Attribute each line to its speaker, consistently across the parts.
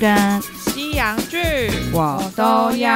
Speaker 1: 跟
Speaker 2: 西洋剧
Speaker 1: 我都要。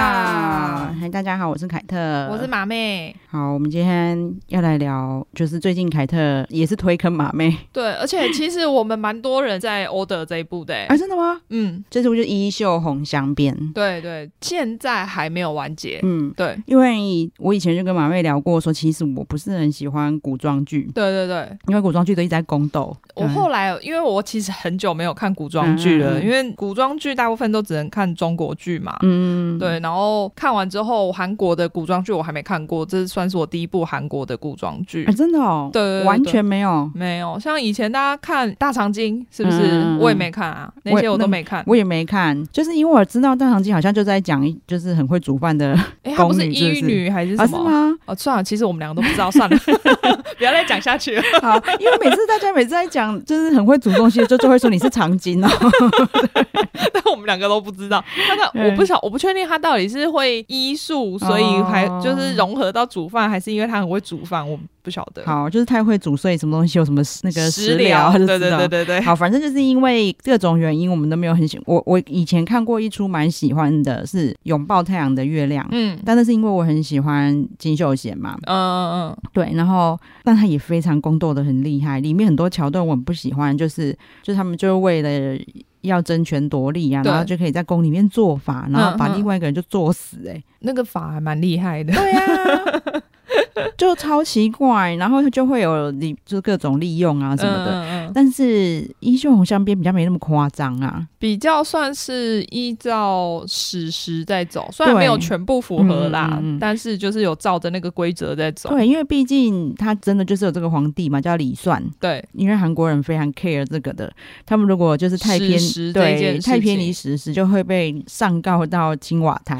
Speaker 1: 嗨，大家好，我是凯特，
Speaker 2: 我是马妹，
Speaker 1: 好，我们今天要来聊，就是最近凯特也是推坑马妹
Speaker 2: 对，而且其实我们蛮多人在 order 这一部的、欸
Speaker 1: 啊，真的吗？
Speaker 2: 嗯，
Speaker 1: 这次我就衣袖红镶边，
Speaker 2: 对对，现在还没有完结，
Speaker 1: 嗯，
Speaker 2: 对
Speaker 1: 因为我以前就跟马妹聊过说其实我不是很喜欢古装剧，
Speaker 2: 对对对，
Speaker 1: 因为古装剧都一直在宫斗。
Speaker 2: 我后来因为我其实很久没有看古装剧
Speaker 1: 嗯
Speaker 2: 了，
Speaker 1: 嗯嗯
Speaker 2: 因为古装剧大部分都只能看中国剧嘛。
Speaker 1: 嗯，
Speaker 2: 对，然后看完之后，韩国的古装剧我还没看过，这算是我第一部韩国的古装剧。
Speaker 1: 啊，真的哦，
Speaker 2: 对对对
Speaker 1: 完全没有，
Speaker 2: 没有，像以前大家看《大长今》，是不是？
Speaker 1: 嗯嗯嗯
Speaker 2: 我也没看啊，那些
Speaker 1: 我
Speaker 2: 我都
Speaker 1: 那
Speaker 2: 没看。
Speaker 1: 我也没看，就是因为我知道大长今好像就在讲一，就是很会煮饭的
Speaker 2: 哎、她不是
Speaker 1: 宫女
Speaker 2: 一
Speaker 1: 是不是
Speaker 2: 女还是
Speaker 1: 啊，
Speaker 2: 什
Speaker 1: 是
Speaker 2: 么？
Speaker 1: 吗？
Speaker 2: 哦，算了，其实我们两个都不知道，算了， 不要再讲下去了。
Speaker 1: 好，因为每次大家每次在讲就是很会煮东西的，就就会说你是长今 哦。
Speaker 2: 但我们两个都不知道，他的
Speaker 1: 嗯
Speaker 2: 我不晓，我不确定他到底是会医术，所以还
Speaker 1: 哦
Speaker 2: 就是融合到煮饭，还是因为他很会煮饭，我不晓得。
Speaker 1: 好，就是太会煮，所以什么东西有什么那个食
Speaker 2: 食
Speaker 1: 疗，
Speaker 2: 疗，
Speaker 1: 就
Speaker 2: 对
Speaker 1: 知
Speaker 2: 对
Speaker 1: 道
Speaker 2: 对对对，
Speaker 1: 好，反正就是因为各种原因，我们都没有很喜。我我以前看过一出蛮喜欢的，是《拥抱太阳的月亮》。
Speaker 2: 嗯
Speaker 1: 但那是因为我很喜欢金秀贤嘛，
Speaker 2: 嗯嗯
Speaker 1: 对，然后但他也非常宫斗的很厉害，里面很多桥段我很不喜欢，就是就是他们就为了要争权夺利啊，
Speaker 2: 对
Speaker 1: 然后就可以在宫里面做法，然后把
Speaker 2: 嗯嗯
Speaker 1: 另外一个人就作死、欸，哎、
Speaker 2: 嗯，那个法还蛮厉害的。
Speaker 1: 对啊， 就超奇怪，然后就会有利，就是各种利用 啊什么的。
Speaker 2: 嗯嗯嗯，
Speaker 1: 但是衣袖红镶边比较没那么夸张啊，
Speaker 2: 比较算是依照史实在走，虽然没有全部符合啦，
Speaker 1: 嗯嗯嗯
Speaker 2: 但是就是有照着那个规则在走。
Speaker 1: 对，因为毕竟他真的就是有这个皇帝嘛，叫李算，
Speaker 2: 对，
Speaker 1: 因为韩国人非常 care 这个的，他们如果就是太偏
Speaker 2: 史实这件
Speaker 1: 对
Speaker 2: 事情
Speaker 1: 太偏离史实，就会被上告到青瓦 台。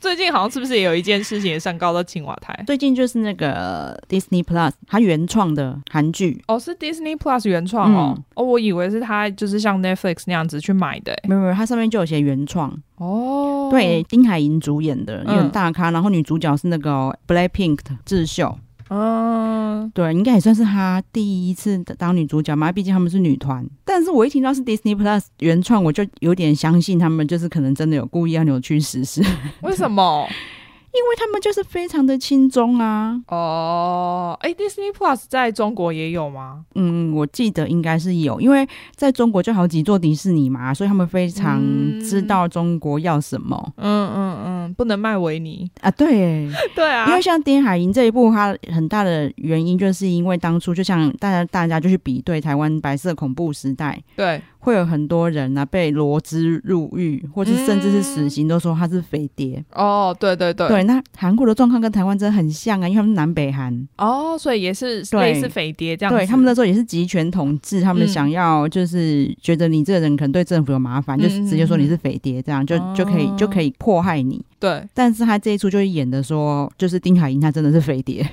Speaker 2: 最近好像是不是也有一件事情也上告到青瓦台？
Speaker 1: 最近就是那个 Disney Plus，它原创的韩剧，
Speaker 2: 哦，是 Disney Plus 原创哦。
Speaker 1: 嗯
Speaker 2: 哦，我以为是他就是像 Netflix 那样子去买的欸。
Speaker 1: 没有没有，它上面就有写原创，
Speaker 2: 哦，
Speaker 1: 对，，丁海寅主演的，
Speaker 2: 嗯
Speaker 1: 也很大咖，然后女主角是那个哦 Blackpink 的智秀，
Speaker 2: 嗯，
Speaker 1: 对，应该也算是她第一次当女主角嘛，毕竟他们是女团。但是我一听到是 Disney Plus 原创，我就有点相信他们就是可能真的有故意要扭曲事 实，因为
Speaker 2: 为什么？
Speaker 1: 他们就是非常的轻松啊。
Speaker 2: 哦，哎，Disney Plus 在中国也有吗？
Speaker 1: 嗯，我记得应该是有，因为在中国就好几座迪士尼嘛，所以他们非常
Speaker 2: 嗯
Speaker 1: 知道中国要什么、
Speaker 2: 嗯嗯嗯，不能卖维 尼。
Speaker 1: 啊。对，
Speaker 2: 对啊
Speaker 1: 因为，像《丁海寅》这一部，它很大的原因就是因为当初就像大家大家就去比对台湾白色恐怖时代，
Speaker 2: 对，
Speaker 1: 会有很多人啊被罗织入狱，或是甚至是死刑，都说他是匪谍。
Speaker 2: 哦，对对嗯对，
Speaker 1: 对，那韩国的状况跟台湾真的很像啊，因为他们是南北韩，
Speaker 2: 哦，所以也是
Speaker 1: 对
Speaker 2: 类似匪谍这样子。
Speaker 1: 对他们那时候也是集权统治，他们
Speaker 2: 嗯
Speaker 1: 想要就是觉得你这个人可能对政府有麻烦，
Speaker 2: 嗯
Speaker 1: 就直接说你是匪谍，这样就
Speaker 2: 哦
Speaker 1: 就可以就可以迫害你。
Speaker 2: 对，
Speaker 1: 但是他这一出就演的说，就是丁海寅他真的是匪谍，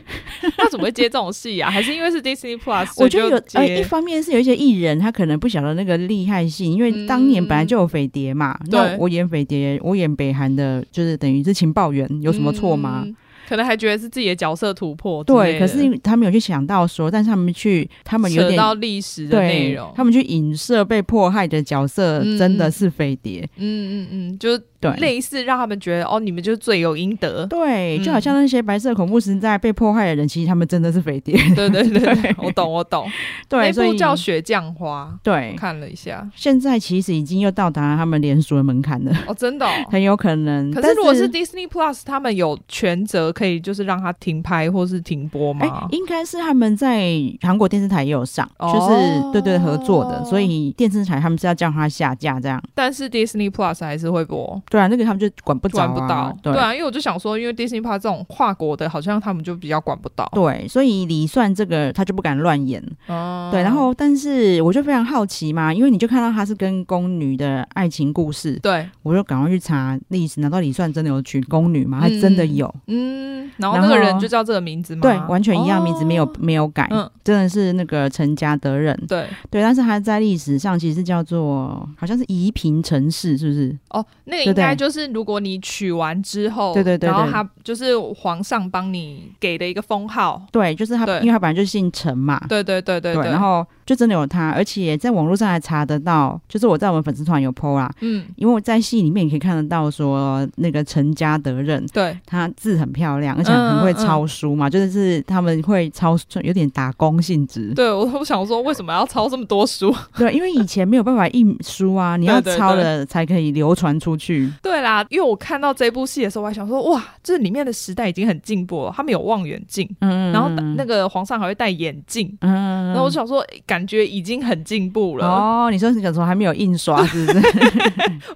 Speaker 2: 他怎么会接这种戏啊？还 是因为是 Disney Plus？
Speaker 1: 我觉得有
Speaker 2: 所
Speaker 1: 呃，
Speaker 2: 以就
Speaker 1: 一
Speaker 2: 接
Speaker 1: 方面是有一些艺人他可能不晓得那个厉害性，因为当年本来就有匪谍嘛。那
Speaker 2: 嗯对
Speaker 1: 我演匪谍，我演北韩的，就是等于是情报员，有什么错吗？
Speaker 2: 嗯可能还觉得是自己的角色突破之类
Speaker 1: 对，
Speaker 2: 的。
Speaker 1: 可是他们有去想到说，但是他们去，他们有
Speaker 2: 扯
Speaker 1: 点
Speaker 2: 到历史的内
Speaker 1: 对
Speaker 2: 容，，
Speaker 1: 他们去影射被迫害的角色
Speaker 2: 嗯
Speaker 1: 真的是匪谍，
Speaker 2: 嗯嗯嗯，就是
Speaker 1: 对。
Speaker 2: 类似让他们觉得哦，你们就是罪有应得。
Speaker 1: 对，
Speaker 2: 嗯
Speaker 1: 就好像那些白色恐怖时代被迫害的人，其实他们真的是匪 谍。
Speaker 2: 对对对对， 我懂我懂。
Speaker 1: 对，所
Speaker 2: 那部
Speaker 1: 以
Speaker 2: 叫《雪降花》，
Speaker 1: 对
Speaker 2: 我，看了一下，
Speaker 1: 现在其实已经又到达他们联署的门槛了，
Speaker 2: 哦，真的、哦。
Speaker 1: 很有可能。
Speaker 2: 可
Speaker 1: 但
Speaker 2: 是如果是 Disney Plus，他们有权责可以就是让它停拍或是停播
Speaker 1: 哎、
Speaker 2: 吗？
Speaker 1: 应该是他们在韩国电视台也有上，就是
Speaker 2: 哦
Speaker 1: 对对合作的，所以电视台他们是要叫他下架这样。
Speaker 2: 但是 Disney Plus 还是会播，
Speaker 1: 对啊，那个他们就管不着、啊，
Speaker 2: 管不到。
Speaker 1: 对。
Speaker 2: 啊，因为我就想说，因为 Disney Plus 这种跨国的，好像他们就比较管不到。
Speaker 1: 对，所以李算这个他就不敢乱演，
Speaker 2: 哦
Speaker 1: 对。然后，但是我就非常好奇嘛，因为你就看到他是跟宫女的爱情故事，
Speaker 2: 对，
Speaker 1: 我就赶快去查历史，难道李算真的有娶宫女吗？他真的有，
Speaker 2: 嗯，嗯，然后那个人就叫这个名字吗？
Speaker 1: 对，完全一样，名字没有、
Speaker 2: 哦
Speaker 1: 没有改，
Speaker 2: 嗯
Speaker 1: 真的是那个陈家德人，
Speaker 2: 对
Speaker 1: 对，但是他在历史上其实叫做好像是宜平城市，是不是？
Speaker 2: 哦，那个
Speaker 1: 对
Speaker 2: 应
Speaker 1: 对
Speaker 2: 该就是如果你取完之后，
Speaker 1: 对对对
Speaker 2: 然后
Speaker 1: 对
Speaker 2: 他就是皇上帮你给的一个封号，
Speaker 1: 对，就是他，
Speaker 2: 对
Speaker 1: 因为他本来就姓陈嘛，
Speaker 2: 对对对对
Speaker 1: 啊然后就真的有他，而且在网络上还查得到，就是我在我们粉丝团有 PO 啦，
Speaker 2: 嗯，
Speaker 1: 因为我在戏里面你可以看得到说那个陈家德任。
Speaker 2: 对
Speaker 1: 他字很漂亮，而且
Speaker 2: 嗯
Speaker 1: 很会抄书嘛，就是他们会抄，有点打工性质。
Speaker 2: 对，我都想说为什么要抄这么多书？
Speaker 1: 对，因为以前没有办法印书啊，你要
Speaker 2: 对对
Speaker 1: 抄了才可以流传出去。
Speaker 2: 对啦，因为我看到这部戏的时候，我还想说，哇，这里面的时代已经很进步了，他们有望远镜，
Speaker 1: 嗯，
Speaker 2: 然后那个皇上还会戴眼镜，
Speaker 1: 嗯，
Speaker 2: 然后我想说，感觉已经很进步了，
Speaker 1: 哦，你说你小时候还没有印刷，是不是？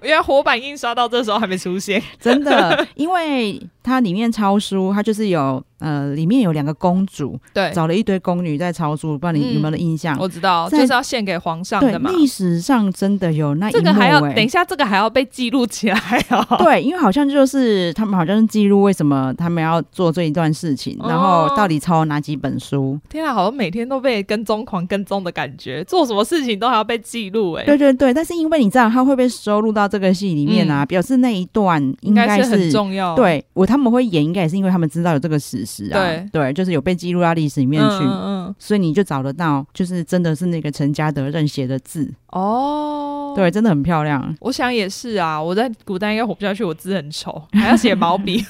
Speaker 2: 原来活版印刷到这时候还没 出现，
Speaker 1: 真的，因为它里面抄书，它就是有呃，里面有两个公主，
Speaker 2: 对。
Speaker 1: 找了一堆宫女在抄书，不知道你有没有印象？
Speaker 2: 哎嗯我知道，
Speaker 1: 在
Speaker 2: 就是要献给皇上
Speaker 1: 对
Speaker 2: 的，嘛。
Speaker 1: 历史上真的有那一幕、
Speaker 2: 这
Speaker 1: 欸，
Speaker 2: 个还要等一下，这个还要被记录起来哦。
Speaker 1: 对，因为好像就是他们好像是记录为什么他们要做这一段事情，
Speaker 2: 哦
Speaker 1: 然后到底抄哪几本书。
Speaker 2: 天啊，好像每天都被跟踪狂跟踪的感觉，做什么事情都还要被记录哎、
Speaker 1: 对对对，但是因为你知道他会被收录到这个戏里面啊，表示那一段应
Speaker 2: 应该
Speaker 1: 该
Speaker 2: 嗯是很重要。
Speaker 1: 对我他们会演，应该也是因为他们知道有这个史实啊，
Speaker 2: 对
Speaker 1: 就是有被记录到历史里面去，
Speaker 2: 嗯嗯嗯，
Speaker 1: 所以你就找得到，就是真的是那个陈嘉德任写的字，
Speaker 2: 哦，，
Speaker 1: 对，真的很漂 亮。
Speaker 2: 我想也是啊，我在古代应该活不下去，我字很丑， 还要写毛笔，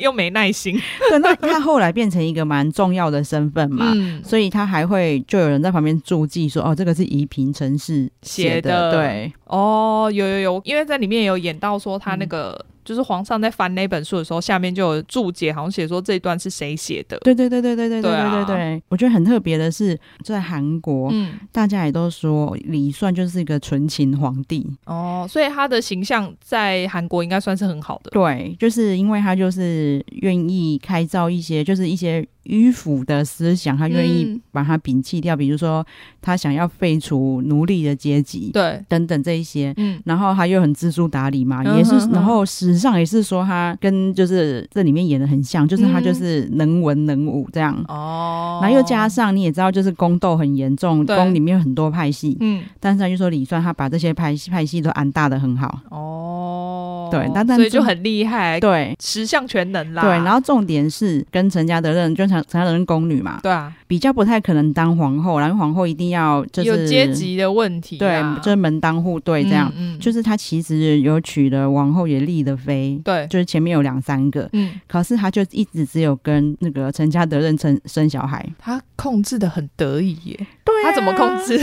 Speaker 2: 又没耐心。
Speaker 1: 对，那他后来变成一个蛮重要的身份嘛，
Speaker 2: 嗯，
Speaker 1: 所以他还会就有人在旁边注记说，哦，这个是宜平城市
Speaker 2: 写
Speaker 1: 的，
Speaker 2: 的
Speaker 1: 对，
Speaker 2: 哦，有有有，因为在里面有演到说他那个。
Speaker 1: 嗯
Speaker 2: 就是皇上在翻那本书的时候，下面就有注解，好像写说这一段是谁写的。
Speaker 1: 对对对对对对对
Speaker 2: 对
Speaker 1: 对
Speaker 2: 啊
Speaker 1: 对对，我觉得很特别的是，在韩国，
Speaker 2: 嗯，
Speaker 1: 大家也都说李算就是一个纯情皇帝，
Speaker 2: 哦，所以他的形象在韩国应该算是很好的。
Speaker 1: 对，就是因为他就是愿意开造一些，就是一些迂腐的思想，他愿意
Speaker 2: 嗯
Speaker 1: 把它摒弃掉，比如说他想要废除奴隶的阶级
Speaker 2: 对，
Speaker 1: 等等这一些。
Speaker 2: 嗯，
Speaker 1: 然后他又很知书达理嘛，
Speaker 2: 嗯
Speaker 1: 也是
Speaker 2: 哼，哼
Speaker 1: 然后史上也是说他跟就是这里面演的很像，就是他
Speaker 2: 嗯
Speaker 1: 就是能文能武这样，
Speaker 2: 哦，
Speaker 1: 然后又加，上你也知道，就是宫斗很严重，
Speaker 2: 对
Speaker 1: 宫里面有很多派系，
Speaker 2: 嗯，
Speaker 1: 但是他就说李算他把这些派系派系都安搭的很好，
Speaker 2: 哦，
Speaker 1: 对但但
Speaker 2: 所以就
Speaker 1: 这
Speaker 2: 很厉害，
Speaker 1: 对，
Speaker 2: 十项全能啦。
Speaker 1: 对，然后重点是跟陈家德任，就陈陈家德任宫女嘛，
Speaker 2: 对啊，
Speaker 1: 比较不太可能当皇后啦，然后皇后一定要就是
Speaker 2: 有阶，级的问题
Speaker 1: 对
Speaker 2: 啦，，
Speaker 1: 就是门当户对这样。
Speaker 2: 嗯，嗯
Speaker 1: 就是她其实有娶了王后，也立了妃，
Speaker 2: 对，
Speaker 1: 就是前面有两三个，
Speaker 2: 嗯，
Speaker 1: 可是她就一直只有跟那个陈家德任生生小孩。
Speaker 2: 他控制的很得意耶，
Speaker 1: 对啊
Speaker 2: 他怎么控？制？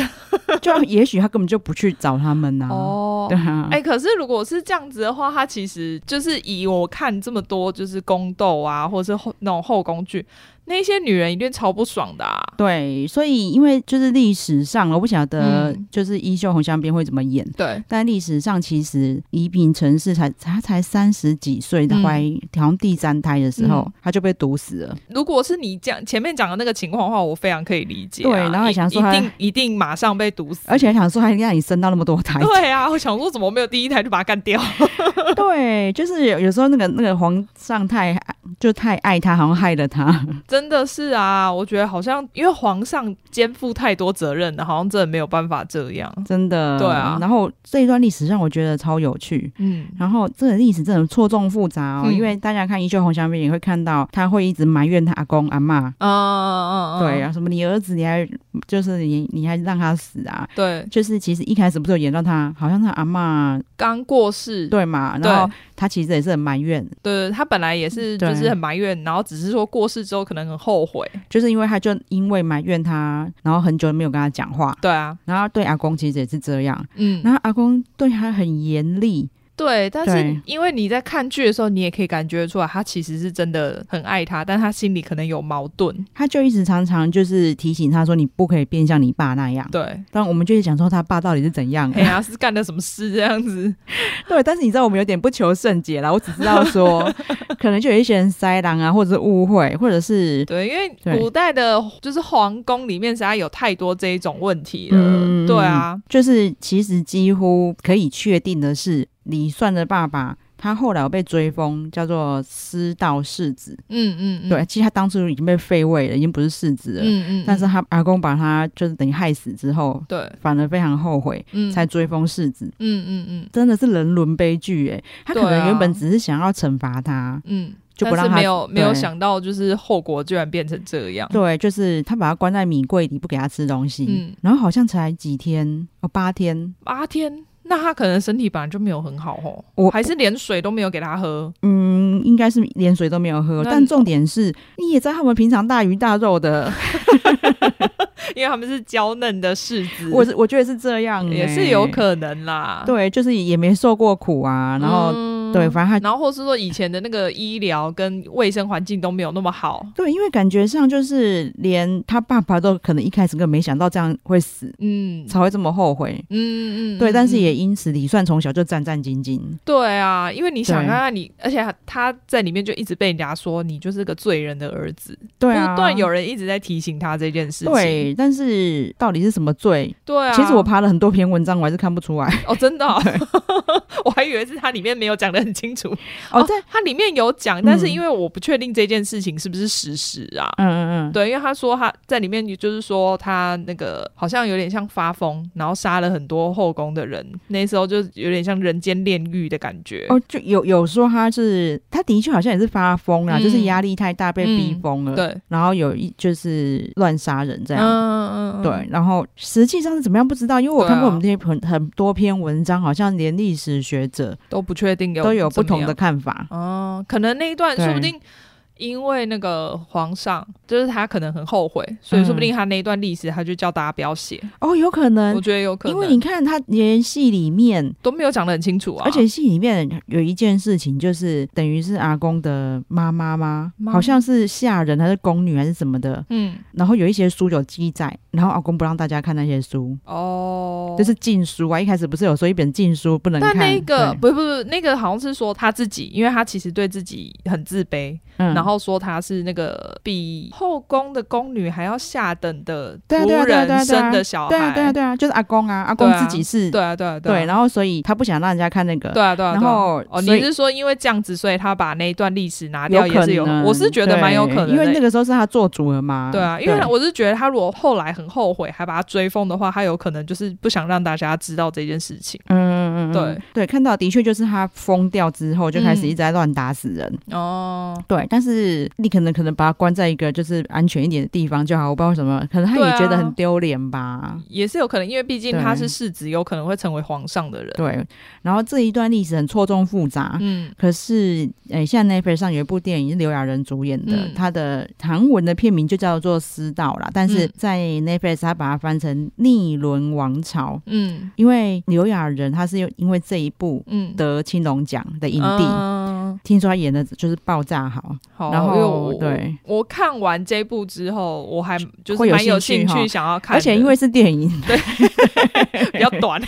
Speaker 1: 就也许他根本就不去找他们呐、
Speaker 2: 哦
Speaker 1: 对。啊，
Speaker 2: 哎、可是如果是这样子的话，他其实就是以我看这么多就是宫斗啊，或者是后那种后宫剧，那些女人一定超不爽的啊。
Speaker 1: 对，所以因为就是历史上，我不晓得
Speaker 2: 嗯
Speaker 1: 就是《衣袖红香边》会怎么演，
Speaker 2: 对，
Speaker 1: 但历史上其实宜平城市才他才三十几岁，他怀好像第三胎的时候、
Speaker 2: 嗯
Speaker 1: 他就被毒死了。
Speaker 2: 如果是你讲前面讲的那个情况的话，我非常可以理解啊、
Speaker 1: 对然后还想说
Speaker 2: 一
Speaker 1: 他
Speaker 2: 一定一定马上被毒死，
Speaker 1: 而且还想说他让你生到那么多胎，
Speaker 2: 对啊，我想说怎么没有第一胎就把它干掉？
Speaker 1: 对，就是有有时候那个那个皇上太就太爱他，好像害了他。
Speaker 2: 真的是啊，我觉得好像因为皇上肩负太多责任了，好像真的没有办法这样。
Speaker 1: 真的。
Speaker 2: 对啊
Speaker 1: 然后这一段历史让我觉得超有趣。
Speaker 2: 嗯，
Speaker 1: 然后这个历史真的错综复杂哦，
Speaker 2: 嗯
Speaker 1: 因为大家看《衣袖红香边》也会看到，他会一直埋怨他阿公阿妈，
Speaker 2: 嗯嗯嗯，
Speaker 1: 对啊，什么你儿子你还就是你你还让他死啊，
Speaker 2: 对，
Speaker 1: 就是其实一开始不是有演到他，好像他阿嬷
Speaker 2: 刚过世，
Speaker 1: 对嘛，然后他其实也是很埋怨，
Speaker 2: 对，他本来也是
Speaker 1: 对
Speaker 2: 就是很埋怨，然后只是说过世之后可能很后悔。
Speaker 1: 就是因为他就因为埋怨他，然后很久没有跟他讲话，
Speaker 2: 对啊，
Speaker 1: 然后对阿公其实也是这样，
Speaker 2: 嗯，
Speaker 1: 然后阿公对他很严厉，
Speaker 2: 对，但
Speaker 1: 对
Speaker 2: 是因为你在看剧的时候，你也可以感觉出来，他其实是真的很爱他，但他心里可能有矛盾。
Speaker 1: 他就一直常常就是提醒他说你不可以变像你爸那 样。
Speaker 2: 对，
Speaker 1: 但我们就一直讲说他爸到底是怎 样、
Speaker 2: 哎呀，是干了什么事这样子？
Speaker 1: 对，但是你知道我们有点不求甚解啦，我只知道说， 可能就有一些人塞狼啊，或者是误会，或者是
Speaker 2: 对，因
Speaker 1: 对
Speaker 2: 为古代的就是皇宫里面实在有太多这一种问题了。
Speaker 1: 嗯
Speaker 2: 对啊，
Speaker 1: 就是其实几乎可以确定的是，李算的爸爸。她后来有被追封，叫做师道世子。
Speaker 2: 嗯嗯嗯，
Speaker 1: 对，其实她当初已经被废位了，已经不是世子了。
Speaker 2: 嗯，嗯嗯，
Speaker 1: 但是她阿公把她就是等于害死之后，
Speaker 2: 对，
Speaker 1: 反而非常后悔，
Speaker 2: 嗯，
Speaker 1: 才追封世子。
Speaker 2: 嗯嗯嗯
Speaker 1: 真的是人伦悲剧哎、她可
Speaker 2: 对
Speaker 1: 能
Speaker 2: 啊
Speaker 1: 原本只是想要惩罚他，
Speaker 2: 嗯，
Speaker 1: 就不让
Speaker 2: 但是
Speaker 1: 他
Speaker 2: 没有没有
Speaker 1: 对
Speaker 2: 想到，就是后果居然变成这样。
Speaker 1: 对，就是他把他关在米柜里，不给他吃东西，
Speaker 2: 啊嗯
Speaker 1: 然后好像才几天哦，八天，
Speaker 2: 八天，那他可能身体本来就没有很好哦，
Speaker 1: 我
Speaker 2: 还是连水都没有给他喝。
Speaker 1: 嗯，应该是连水都没有喝。
Speaker 2: 那
Speaker 1: 但重点是，你也知道他们平常大鱼大肉的，
Speaker 2: 因为他们是娇嫩的柿子，
Speaker 1: 我是我觉得是这样、
Speaker 2: 也
Speaker 1: 欸
Speaker 2: 是有可能嗯啦。，
Speaker 1: 对，就是也没受过苦啊，然后、对，反正他。
Speaker 2: 然后或是说以前的那个医疗跟卫生环境都没有那么好。
Speaker 1: 对，因为感觉上就是连他爸爸都可能一开始根本没想到这样会死，
Speaker 2: 嗯
Speaker 1: 才会这么后悔。
Speaker 2: 嗯嗯，
Speaker 1: 对，
Speaker 2: 嗯
Speaker 1: 但是
Speaker 2: 嗯
Speaker 1: 也因此李算从小就战战兢兢。
Speaker 2: 对啊，因为你想
Speaker 1: 对
Speaker 2: 看看你，而且他在里面就一直被人家说你就是个罪人的儿子，
Speaker 1: 对啊，
Speaker 2: 不断有人一直在提醒他这件事情。
Speaker 1: 对，但是到底是什么罪？
Speaker 2: 对啊，
Speaker 1: 其实我爬了很多篇文章，我还是看不出来。
Speaker 2: 哦，真的哦、 我还以为是它里面没有讲的很清楚。
Speaker 1: 哦，在
Speaker 2: 它里面有讲，但是
Speaker 1: 嗯
Speaker 2: 因为我不确定这件事情是不是事实啊。
Speaker 1: 嗯嗯嗯，
Speaker 2: 对，因为他说他在里面，就是说他那个好像有点像发疯，然后杀了很多后宫的人，那时候就有点像人间炼狱的感觉。
Speaker 1: 哦，就有有说他是，他的确好像也是发疯啦，
Speaker 2: 嗯
Speaker 1: 就是压力太大被逼疯了，，
Speaker 2: 对，
Speaker 1: 然后有一就是乱杀人这
Speaker 2: 嗯
Speaker 1: 样。
Speaker 2: 嗯嗯，
Speaker 1: 对，然后实际上是怎么样不知道，因为我看过
Speaker 2: 对啊
Speaker 1: 我们这些很很多篇文章，好像连历史学者
Speaker 2: 都不确定有
Speaker 1: 都有不
Speaker 2: 怎么
Speaker 1: 同
Speaker 2: 样
Speaker 1: 的看法。
Speaker 2: 哦，可能那一段
Speaker 1: 对
Speaker 2: 说不定因为那个皇上，就是他可能很后悔，所
Speaker 1: 嗯
Speaker 2: 以说不定他那一段历史他就叫大家不要写，
Speaker 1: 哦，有可能
Speaker 2: 我，觉得有可能，
Speaker 1: 因为你看他连戏里面
Speaker 2: 都没有讲得很清楚啊，
Speaker 1: 而且戏里面有一件事情，就是等于是阿公的妈妈吗？
Speaker 2: 妈
Speaker 1: 好像是下人还是宫女还是什么的。
Speaker 2: 嗯
Speaker 1: 然后有一些书有记载，然后阿公不让大家看那些书，
Speaker 2: 哦，
Speaker 1: 就是禁书啊。一开始不是有说一本禁书不能看？
Speaker 2: 但那个
Speaker 1: 对
Speaker 2: 不是不是那个好像是说他自己，因为他其实对自己很自卑，
Speaker 1: 嗯
Speaker 2: 然后说他是那个比后宫的宫女还要下等的
Speaker 1: 对啊对啊
Speaker 2: 仆
Speaker 1: 对啊对啊
Speaker 2: 人
Speaker 1: 对啊
Speaker 2: 生的小孩，
Speaker 1: 对啊对啊对啊，就是阿公啊，阿公
Speaker 2: 对啊
Speaker 1: 自己是
Speaker 2: 对啊对啊
Speaker 1: 对
Speaker 2: 对啊
Speaker 1: 然后所以他不想让人家看那个，
Speaker 2: 对啊对啊，
Speaker 1: 然后
Speaker 2: 哦，
Speaker 1: 所
Speaker 2: 你
Speaker 1: 以
Speaker 2: 是说因为这样子，所以他把那一段历史啊拿掉也
Speaker 1: 可
Speaker 2: 是有，
Speaker 1: 能，
Speaker 2: 我是觉得蛮有可能的，欸
Speaker 1: 对因为那个时候是他做主了嘛，
Speaker 2: 对啊，因为我是觉得他如果后来很后悔，还把他追封的话，他有可能就是不想让大家知道这件事情。
Speaker 1: 嗯嗯嗯，嗯对，看到的确就是他疯掉之后就开始
Speaker 2: 嗯
Speaker 1: 一直在乱打死人，
Speaker 2: 哦，
Speaker 1: 对，但是你可能可能把他关在一个就是安全一点的地方就好，我不知道为什么，可能他
Speaker 2: 对
Speaker 1: 也
Speaker 2: 啊
Speaker 1: 觉得很丢脸吧。
Speaker 2: 也是有可能，因为毕竟
Speaker 1: 对
Speaker 2: 他是世子，有可能会成为皇上的人。
Speaker 1: 对，啊然后这一段历史很错综复杂。
Speaker 2: 嗯
Speaker 1: 可是，诶，现在 Netflix 上有一部电影是刘亚仁主演的，
Speaker 2: 嗯
Speaker 1: 他的韩文的片名就叫做《私道》啦，但是
Speaker 2: 嗯
Speaker 1: 在 Netflix 他把它翻成《逆伦王朝》，
Speaker 2: 嗯
Speaker 1: 因为刘亚仁他是因为这一部
Speaker 2: 嗯，
Speaker 1: 得青龙奖的影帝，
Speaker 2: 嗯
Speaker 1: 听说他演的就是爆炸好，
Speaker 2: 好，
Speaker 1: 然后
Speaker 2: 因为我
Speaker 1: 对，
Speaker 2: 我我看完这部之后，我还就是
Speaker 1: 会有
Speaker 2: 蛮有
Speaker 1: 兴趣
Speaker 2: 兴
Speaker 1: 哈
Speaker 2: 趣想要看的，
Speaker 1: 而且因为是电 影，
Speaker 2: 比较 短。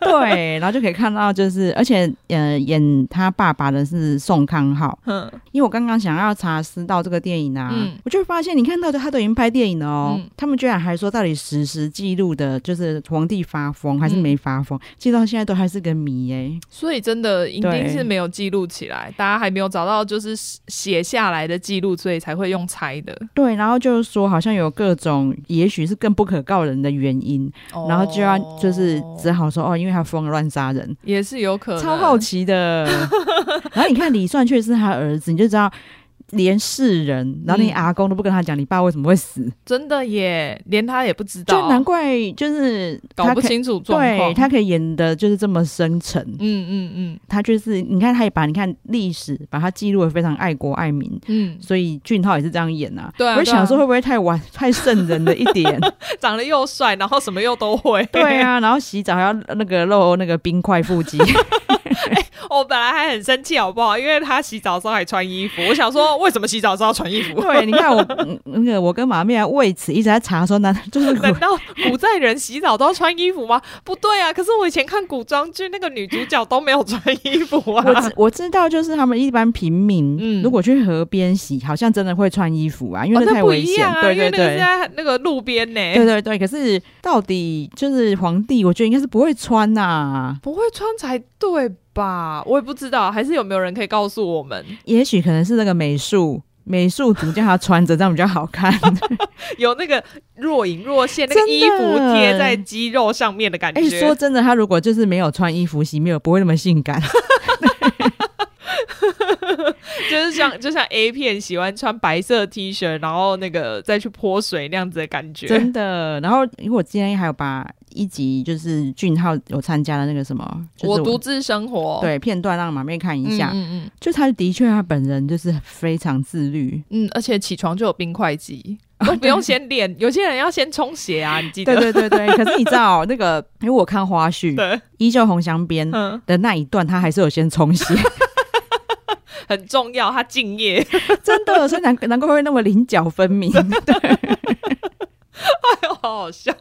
Speaker 1: 对，然后就可以看到，就是而且呃，演他爸爸的是宋康昊，
Speaker 2: 嗯
Speaker 1: 因为我刚刚想要查《私道》这个电影啊，
Speaker 2: 嗯
Speaker 1: 我就发现你看到的他都已经拍电影了哦，
Speaker 2: 嗯
Speaker 1: 他们居然还说到底史实记录的就是皇帝发疯还是没发
Speaker 2: 嗯
Speaker 1: 疯，记到现在都还是个谜耶、
Speaker 2: 所以真的一定
Speaker 1: 对
Speaker 2: 是没有记录起来，大家还没有找到就是写下来的记录，所以才会用猜的。
Speaker 1: 对，然后就是说好像有各种也许是更不可告人的原因，然后就要就是
Speaker 2: 哦
Speaker 1: 只好说哦，因为他疯了乱杀人，
Speaker 2: 也是有可能，
Speaker 1: 超好奇 的。然后你看李算却是他儿子，你就知道连世人，然后连
Speaker 2: 嗯
Speaker 1: 阿公都不跟他讲你爸为什么会死，
Speaker 2: 真的耶，连他也不知道，
Speaker 1: 就难怪就是
Speaker 2: 搞
Speaker 1: 他
Speaker 2: 不
Speaker 1: 可以。
Speaker 2: 清楚状况。
Speaker 1: 对他可以演的就是这么深沉，
Speaker 2: 嗯嗯
Speaker 1: 他就是你看，他也把你看历史把它记录的非常爱国爱民，
Speaker 2: 嗯
Speaker 1: 所以俊浩也是这样演啊。
Speaker 2: 对啊
Speaker 1: 我就
Speaker 2: 对啊
Speaker 1: 想说会不会太晚 太瘆人了一 点？
Speaker 2: 嗯，长得又帅，然后什么又都会。
Speaker 1: 对啊，然后洗澡还要那个露那个冰块腹 肌，
Speaker 2: 我本来还很生气，好不好？因为他洗澡的时候还穿衣服，我想说为什么洗澡的时候要穿衣服？
Speaker 1: 对，你看我嗯那个我跟马妹啊为此一直在查说，那就是
Speaker 2: 难道古代人洗澡都要穿衣服吗？ 不对啊！可是我以前看古装剧，那个女主角都没有穿衣服啊。
Speaker 1: 我知我知道，就是他们一般平民，
Speaker 2: 嗯
Speaker 1: 如果去河边洗，好像真的会穿衣服啊，因
Speaker 2: 哦
Speaker 1: 为
Speaker 2: 那
Speaker 1: 太
Speaker 2: 不
Speaker 1: 危
Speaker 2: 一
Speaker 1: 险。
Speaker 2: 样啊，
Speaker 1: 对
Speaker 2: 因为
Speaker 1: 对
Speaker 2: 那个是
Speaker 1: 对。
Speaker 2: 在那个路边呢、
Speaker 1: 对对对，可是到底就是皇帝，我觉得应该是不会穿呐、
Speaker 2: 不会穿才对吧？我也不知道，还是有没有人可以告诉我们？
Speaker 1: 也许可能是那个美术美术组叫他穿着，这样比较好 看。
Speaker 2: 有那个若隐若现，那个衣服贴在肌肉上面的感觉。
Speaker 1: 哎、说真的，他如果就是没有穿衣服洗，没有不会那么性感。
Speaker 2: 就是像就像 A 片喜欢穿白色 T 恤，然后那个再去泼水那样子的感觉。
Speaker 1: 真的。然后，因为我今天还有把一集就是俊浩有参加的那个什么，就是、
Speaker 2: 我独自生活，
Speaker 1: 对片段让马妹看
Speaker 2: 嗯，
Speaker 1: 一下，
Speaker 2: 嗯嗯
Speaker 1: 就他的确他本人就是非常自律。
Speaker 2: 嗯，而且起床就有冰块机， 都不用先练。有些人要先冲鞋啊，你记
Speaker 1: 哦对
Speaker 2: 得？
Speaker 1: 对对对，可是你知道、那个，因为我看花絮《
Speaker 2: 对，
Speaker 1: 依旧红香边》
Speaker 2: 嗯，
Speaker 1: 的那一段，他还是有先冲洗，
Speaker 2: 很重要，他敬业。
Speaker 1: 真的，所以难难怪会那么棱角分 明，
Speaker 2: 哎呦，好好笑。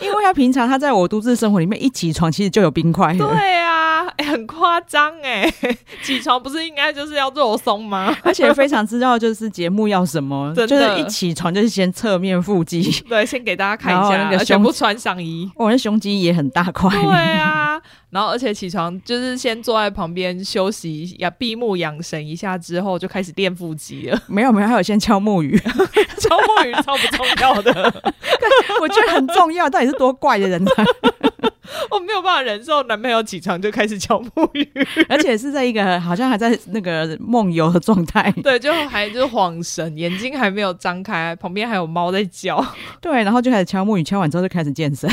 Speaker 1: 因为他平常他在我都市生活里面一起床其实就有冰块了。
Speaker 2: 对啊，哎、很夸张哎！ 起床不是应该就是要肉松吗？
Speaker 1: 而且非常知道就是节目要什么，
Speaker 2: 真
Speaker 1: 就
Speaker 2: 的
Speaker 1: 是一起床就是先侧面腹肌，
Speaker 2: 对，先给大家看一
Speaker 1: 然
Speaker 2: 下，
Speaker 1: 后那个
Speaker 2: 而且
Speaker 1: 胸哎
Speaker 2: 不穿 上衣。
Speaker 1: 我的胸肌也很大块。
Speaker 2: 对啊，然后而且起床就是先坐在旁边休息，呀，闭目养神一下之后就开始练腹肌 了。
Speaker 1: 没有没有，还有先敲木鱼，
Speaker 2: 敲木鱼超不重要的，
Speaker 1: 我觉得很重要。到底是多怪的人呢、
Speaker 2: 我没有办法忍受男朋友起床就开始敲木鱼，
Speaker 1: 而且是在一个好像还在那个梦游的状态。
Speaker 2: 对，就还就是晃神，眼睛还没有张开，旁边还有猫在叫，
Speaker 1: 对，然后就开始敲木鱼，敲完之后就开始健身。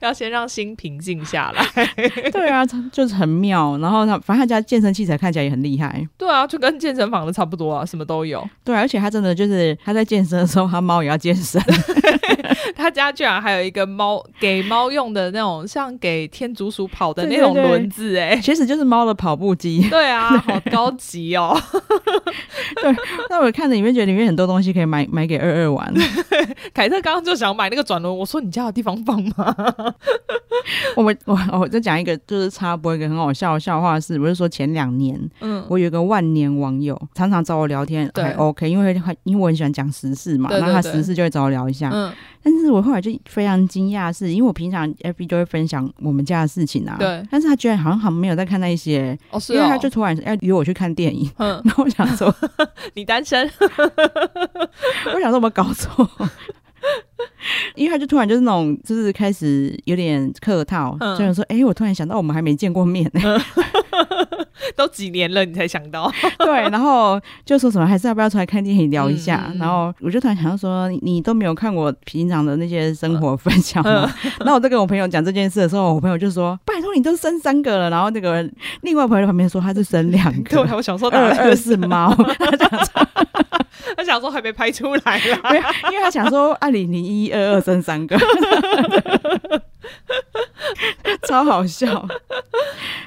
Speaker 2: 要先让心平静下来。
Speaker 1: 对啊，就是很妙。然后他反正他家健身器材看起来也很厉害。
Speaker 2: 对啊，就跟健身房的差不多啊，什么都有。
Speaker 1: 对啊、而且他真的就是他在健身的时候，他猫也要健身。
Speaker 2: 他家居然还有一个猫给猫用的那种，像给天竺鼠跑的
Speaker 1: 对
Speaker 2: 那种
Speaker 1: 对对
Speaker 2: 轮子、 欸，哎。
Speaker 1: 其实就是猫的跑步机。
Speaker 2: 对啊，好高级哦！
Speaker 1: 那我看着里面觉得里面很多东西可以买买给二二玩。
Speaker 2: 凯特刚刚就想买那个转轮，我说你家有地方放吗？
Speaker 1: 我们我我再讲一个，就是插播一个很好笑的笑话是，我是说前两年
Speaker 2: 嗯，
Speaker 1: 我有一个万年网友，常常找我聊天，
Speaker 2: 对
Speaker 1: 还 OK，因为他因为我很喜欢讲时事嘛，
Speaker 2: 对对
Speaker 1: 然后他
Speaker 2: 对
Speaker 1: 时事就会找我聊一下。
Speaker 2: 嗯，
Speaker 1: 但是我后来就非常惊讶，是因为我平常 FB 就会分享我们家的事情啊，
Speaker 2: 对
Speaker 1: 但是他居然好像好像没有在看那一些，
Speaker 2: 哦，是
Speaker 1: 因为
Speaker 2: 哦，
Speaker 1: 他就突然要约我去看电影。
Speaker 2: 嗯，
Speaker 1: 然后我想说，
Speaker 2: 你单身，
Speaker 1: 我想说我们搞错，因为他就突然就是那种，就是开始有点客套，
Speaker 2: 嗯
Speaker 1: 就想说，哎、我突然想到我们还没见过 面呢、
Speaker 2: 都几年了，你才想到？
Speaker 1: 对，然后就说什么还是要不要出来看电影聊一下？
Speaker 2: 嗯嗯嗯
Speaker 1: 然后我就突然想到说，你你都没有看我平常的那些生活分享吗？
Speaker 2: 嗯
Speaker 1: 然后我在跟我朋友讲这件事的时候，我朋友就说：“拜托，你都生三个了。”然后那个另外朋友在旁边说他是生两
Speaker 2: 对，啊
Speaker 1: 个。
Speaker 2: 我想说哪
Speaker 1: 二
Speaker 2: 来
Speaker 1: 二
Speaker 2: 的？
Speaker 1: 是猫， 呃
Speaker 2: 他想说还没拍出来啦。
Speaker 1: 没有 因为他想说二零零一二二生三个， 超好笑。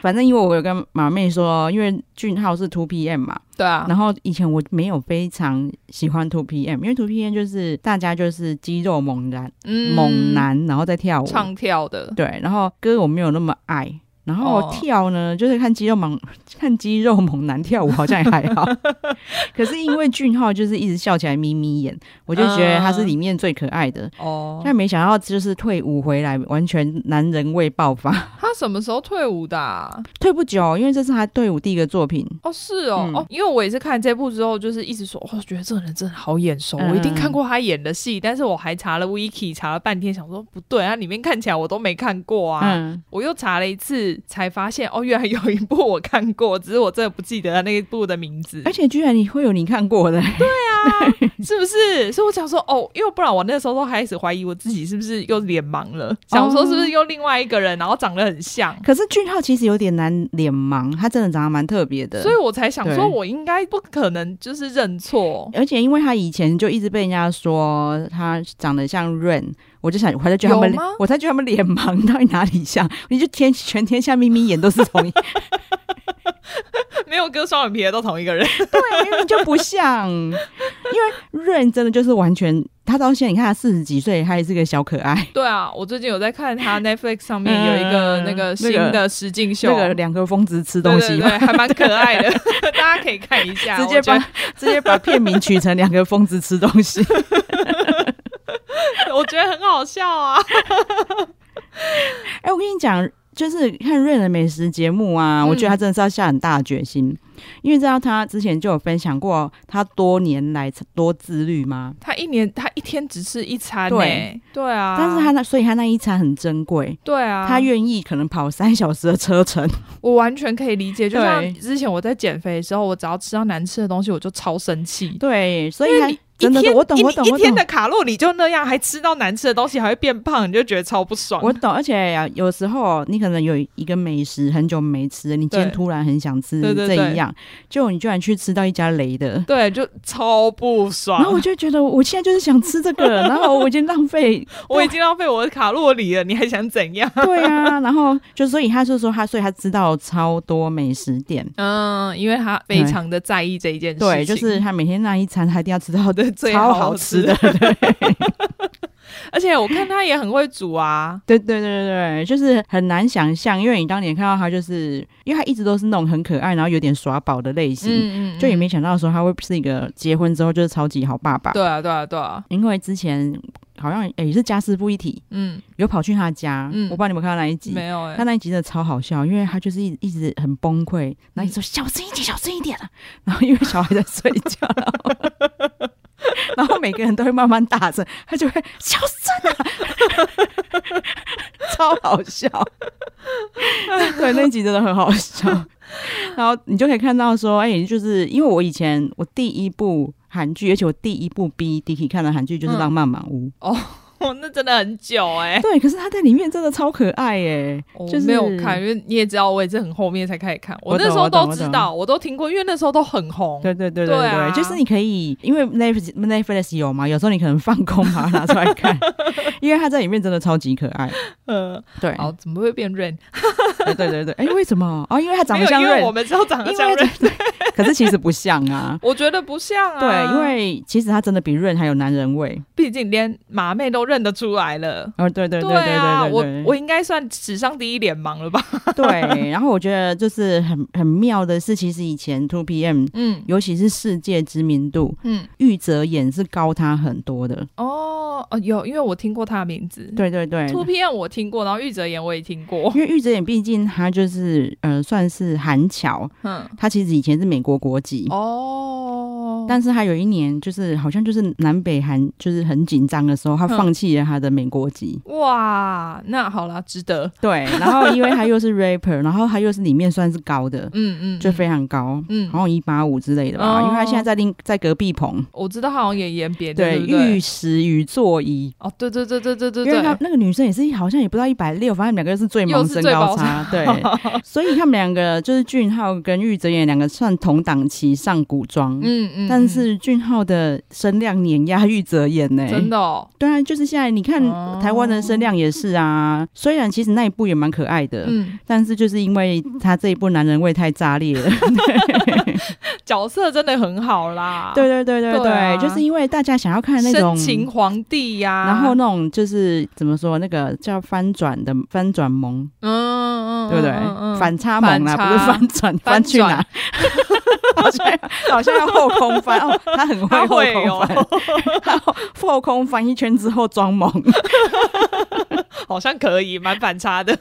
Speaker 1: 反正因为我有跟马妹说，因为俊浩是 Two PM 嘛，
Speaker 2: 对啊，
Speaker 1: 然后以前我没有非常喜欢 Two PM，因为 Two PM 就是大家就是肌肉猛男、
Speaker 2: 嗯
Speaker 1: 猛男，然后再跳舞，
Speaker 2: 唱跳 的，
Speaker 1: 对，然后歌我没有那么爱。然后
Speaker 2: 哦
Speaker 1: 跳呢，就是看肌肉猛， 看肌肉猛男跳舞好像也还好。 可是因为俊浩就是一直笑起来眯眯眼，我就觉得他是里面最可爱的。
Speaker 2: 哦，
Speaker 1: 但没想到就是退伍回来，完全男人味爆发。
Speaker 2: 他什么时候退伍的啊？
Speaker 1: 退不久，因为这是他队伍第一个作品。
Speaker 2: 哦，是哦，
Speaker 1: 嗯
Speaker 2: 哦，因为我也是看这部之后，就是一直说，哦，觉得这个人真的好眼熟，
Speaker 1: 嗯
Speaker 2: 我一定看过他演的戏，但是我还查了 wiki，查了半天，想说不对，啊，里面看起来我都没看过啊，
Speaker 1: 嗯，
Speaker 2: 我又查了一次，才发现哦，原来有一部我看过，只是我真的不记得那一部的名字
Speaker 1: 而，且居然你会有你看过的，
Speaker 2: 是不是？所以我想说，哦，因为不然我那时候都开始怀疑我自己是不是又脸盲了，
Speaker 1: 哦
Speaker 2: 想说是不是又另外一个人，然后长得很像。
Speaker 1: 可是俊浩其实有点难脸盲，他真的长得蛮特别的。
Speaker 2: 所以我才想
Speaker 1: 对
Speaker 2: 说，我应该不可能就是 认错，
Speaker 1: 而且因为他以前就一直被人家说他长得像 Rain，我就想我还在觉得他们
Speaker 2: 有吗，
Speaker 1: 我才觉得他们脸盲到底哪里像？你就天全天下眯眯眼都是同一，
Speaker 2: 没有割双眼皮的都同一个 人。
Speaker 1: 对，啊就不像。因为 Rain 真的就是完全，他到现在你看他四十几岁，他还是个小可爱。
Speaker 2: 对啊，我最近有在看 他 Netflix 上面有一个
Speaker 1: 嗯
Speaker 2: 那个新
Speaker 1: 那个
Speaker 2: 的实境秀，
Speaker 1: 那个两个疯子吃东西
Speaker 2: 对对对，还蛮可 爱的， 大家可以看一下。
Speaker 1: 直接
Speaker 2: 我觉
Speaker 1: 把
Speaker 2: 得
Speaker 1: 直接把片名取成两个疯子吃东西，
Speaker 2: 我觉得很好笑啊。
Speaker 1: 哎、我跟你讲，就是看瑞的美食节目啊，
Speaker 2: 嗯
Speaker 1: 我觉得他真的是要下很大的决心，因为知道他之前就有分享过，他多年来多自律嘛，
Speaker 2: 他一年他一天只吃一餐、欸，
Speaker 1: 对
Speaker 2: 对啊，
Speaker 1: 但是他那所以他那一餐很珍贵，
Speaker 2: 对啊，
Speaker 1: 他愿意可能跑三小时的车 程，
Speaker 2: 我完全可以理解，就像
Speaker 1: 对
Speaker 2: 之前我在减肥的时候，我只要吃到难吃的东西，我就超生气。
Speaker 1: 对，所以
Speaker 2: 因为
Speaker 1: 他
Speaker 2: 你
Speaker 1: 真的
Speaker 2: 一
Speaker 1: 是
Speaker 2: 天
Speaker 1: 我懂
Speaker 2: 一
Speaker 1: 我懂
Speaker 2: 一
Speaker 1: 我
Speaker 2: 天
Speaker 1: 懂
Speaker 2: 的。卡路里就那样，还吃到难吃的东西，还会变胖，你就觉得超不爽。
Speaker 1: 我懂，而且啊有时候你可能有一个美食很久没吃了，你今天
Speaker 2: 对
Speaker 1: 突然很想吃
Speaker 2: 对对
Speaker 1: 这
Speaker 2: 对
Speaker 1: 一样，结果你居然去吃到一家雷的，
Speaker 2: 对，就超不爽。
Speaker 1: 然后我就觉得我现在就是想吃这 个，然后我已经浪费
Speaker 2: 我已经浪费我的卡路里了，你还想怎样？
Speaker 1: 对啊，然后就所以他就说他，所以他知道超多美食店。
Speaker 2: 嗯，因为他非常的在意这一件事情，
Speaker 1: 对，就是他每天那一餐，他一定要吃到的
Speaker 2: 最
Speaker 1: 超
Speaker 2: 好
Speaker 1: 好
Speaker 2: 吃
Speaker 1: 吃的。对
Speaker 2: 而且我看他也很会煮啊，
Speaker 1: 对对对对，就是很难想象，因为你当年看到他，就是因为他一直都是那种很可爱，然后有点耍宝的类型，
Speaker 2: 嗯
Speaker 1: 就也没想到说他会是一个结婚之后就是超级好爸爸。
Speaker 2: 对啊，对啊，对啊，
Speaker 1: 因为之前好像诶也是家事不一体，
Speaker 2: 嗯，
Speaker 1: 有跑去他家，我
Speaker 2: 嗯
Speaker 1: 不知道你们看到哪一集。
Speaker 2: 没有哎、
Speaker 1: 他那一集真的超好笑，因为他就是一直一直很崩溃，然后一直说小声一点，小声一点啊。 然后因为小孩在睡觉， 然后然后每个人都会慢慢大声，他就会小声啊， 超好笑。 对，那一集真的很好笑。 然后你就可以看到说，哎、就是因为我以前我第一部韩剧，而且我第一部逼 Dicky 看的韩剧就是
Speaker 2: 嗯
Speaker 1: 《浪漫满屋》
Speaker 2: 哦，那真的很久哎、
Speaker 1: 对，可是他在里面真的超可爱耶、
Speaker 2: 我
Speaker 1: 就是
Speaker 2: 没有看，因为你也知道，我也是很后面才开始看。
Speaker 1: 我
Speaker 2: 那时
Speaker 1: 懂
Speaker 2: 候
Speaker 1: 我懂
Speaker 2: 都
Speaker 1: 我
Speaker 2: 知
Speaker 1: 懂
Speaker 2: 道，我都听过，因为那时候都很红。
Speaker 1: 对对对
Speaker 2: 对
Speaker 1: 对
Speaker 2: 啊
Speaker 1: 就是你可以，因为 Netflix Netflix 有嘛，有时候你可能放空把它拿出来 看，因为它在里面真的超级可爱。
Speaker 2: 嗯，
Speaker 1: 对，
Speaker 2: 好，怎么会变 Rain？
Speaker 1: 对对对对，哎、为什么？哦，因为它长
Speaker 2: 没
Speaker 1: 得
Speaker 2: 有，
Speaker 1: 像
Speaker 2: 因为我
Speaker 1: 润，
Speaker 2: 们知道长得像
Speaker 1: 因为
Speaker 2: Rain，
Speaker 1: 可是其实不像 啊。
Speaker 2: 我觉得不像啊。
Speaker 1: 对，因为其实它真的比润还有男人味。
Speaker 2: 毕竟连马妹都认得出来了。
Speaker 1: 哦，对对对对
Speaker 2: 啊，
Speaker 1: 对
Speaker 2: 我
Speaker 1: 对
Speaker 2: 我应该算史上第一脸盲了吧？
Speaker 1: 对。然后我觉得就是很很妙的是，其实以前 Two PM，
Speaker 2: 嗯
Speaker 1: 尤其是世界知名度，
Speaker 2: 嗯，
Speaker 1: 玉泽演是高他很多的。
Speaker 2: 哦哦，有，因为我听过他的名字。
Speaker 1: 对对对，
Speaker 2: ，Two PM 我听过，然后玉泽演我也听 过。
Speaker 1: 因为玉泽演毕竟他就是呃算是韩侨，
Speaker 2: 嗯，
Speaker 1: 他其实以前是美国国籍，
Speaker 2: 哦，
Speaker 1: 嗯但是他有一年就是好像就是南北韩就是很紧张的时候，他
Speaker 2: 嗯
Speaker 1: 放弃了他的美国籍。
Speaker 2: 哇，那好啦，值得。
Speaker 1: 对，然后因为他又是 rapper，然后他又是里面算是高的，
Speaker 2: 嗯嗯，
Speaker 1: 就
Speaker 2: 嗯
Speaker 1: 非常高，
Speaker 2: 嗯
Speaker 1: 好像一八五之类的吧。
Speaker 2: 哦
Speaker 1: 因为他现在在另在隔壁棚，
Speaker 2: 我知道好像也演别的，
Speaker 1: 对，
Speaker 2: 对不对
Speaker 1: 玉？石与座椅。
Speaker 2: 哦，对对对对对对
Speaker 1: 因为他
Speaker 2: 对，
Speaker 1: 那个女生也是好像也不到一百六，反正两个又是最
Speaker 2: 又
Speaker 1: 萌
Speaker 2: 是
Speaker 1: 身
Speaker 2: 最
Speaker 1: 高
Speaker 2: 高
Speaker 1: 差， 对，所以他们两个就是俊浩跟玉泽演两个算同档期上古装，
Speaker 2: 嗯嗯，
Speaker 1: 但是俊浩的声量碾压玉泽演呢、
Speaker 2: 嗯真的哦，
Speaker 1: 对啊，就是现在你看
Speaker 2: 哦
Speaker 1: 台湾的声量也是啊，虽然其实那一部也蛮可爱的。
Speaker 2: 嗯，
Speaker 1: 但是就是因为他这一部男人味太炸裂 了，
Speaker 2: 角色真的很好啦，
Speaker 1: 对，对对对对，
Speaker 2: 对啊
Speaker 1: 就是因为大家想要看那种
Speaker 2: 深，情皇帝呀，
Speaker 1: 然后那种就是怎么说那个叫翻转的翻转萌，
Speaker 2: 嗯，嗯嗯，
Speaker 1: 对不对？
Speaker 2: 嗯嗯
Speaker 1: 反差萌啦，
Speaker 2: 反
Speaker 1: 不是
Speaker 2: 差
Speaker 1: 翻转，
Speaker 2: 翻
Speaker 1: 翻去哪？好像好像要后空翻哦， 他很
Speaker 2: 他
Speaker 1: 会后
Speaker 2: 会
Speaker 1: 空翻，
Speaker 2: 哦，
Speaker 1: 他后后空翻一圈之后装萌，
Speaker 2: 好像可以，蛮反差 的，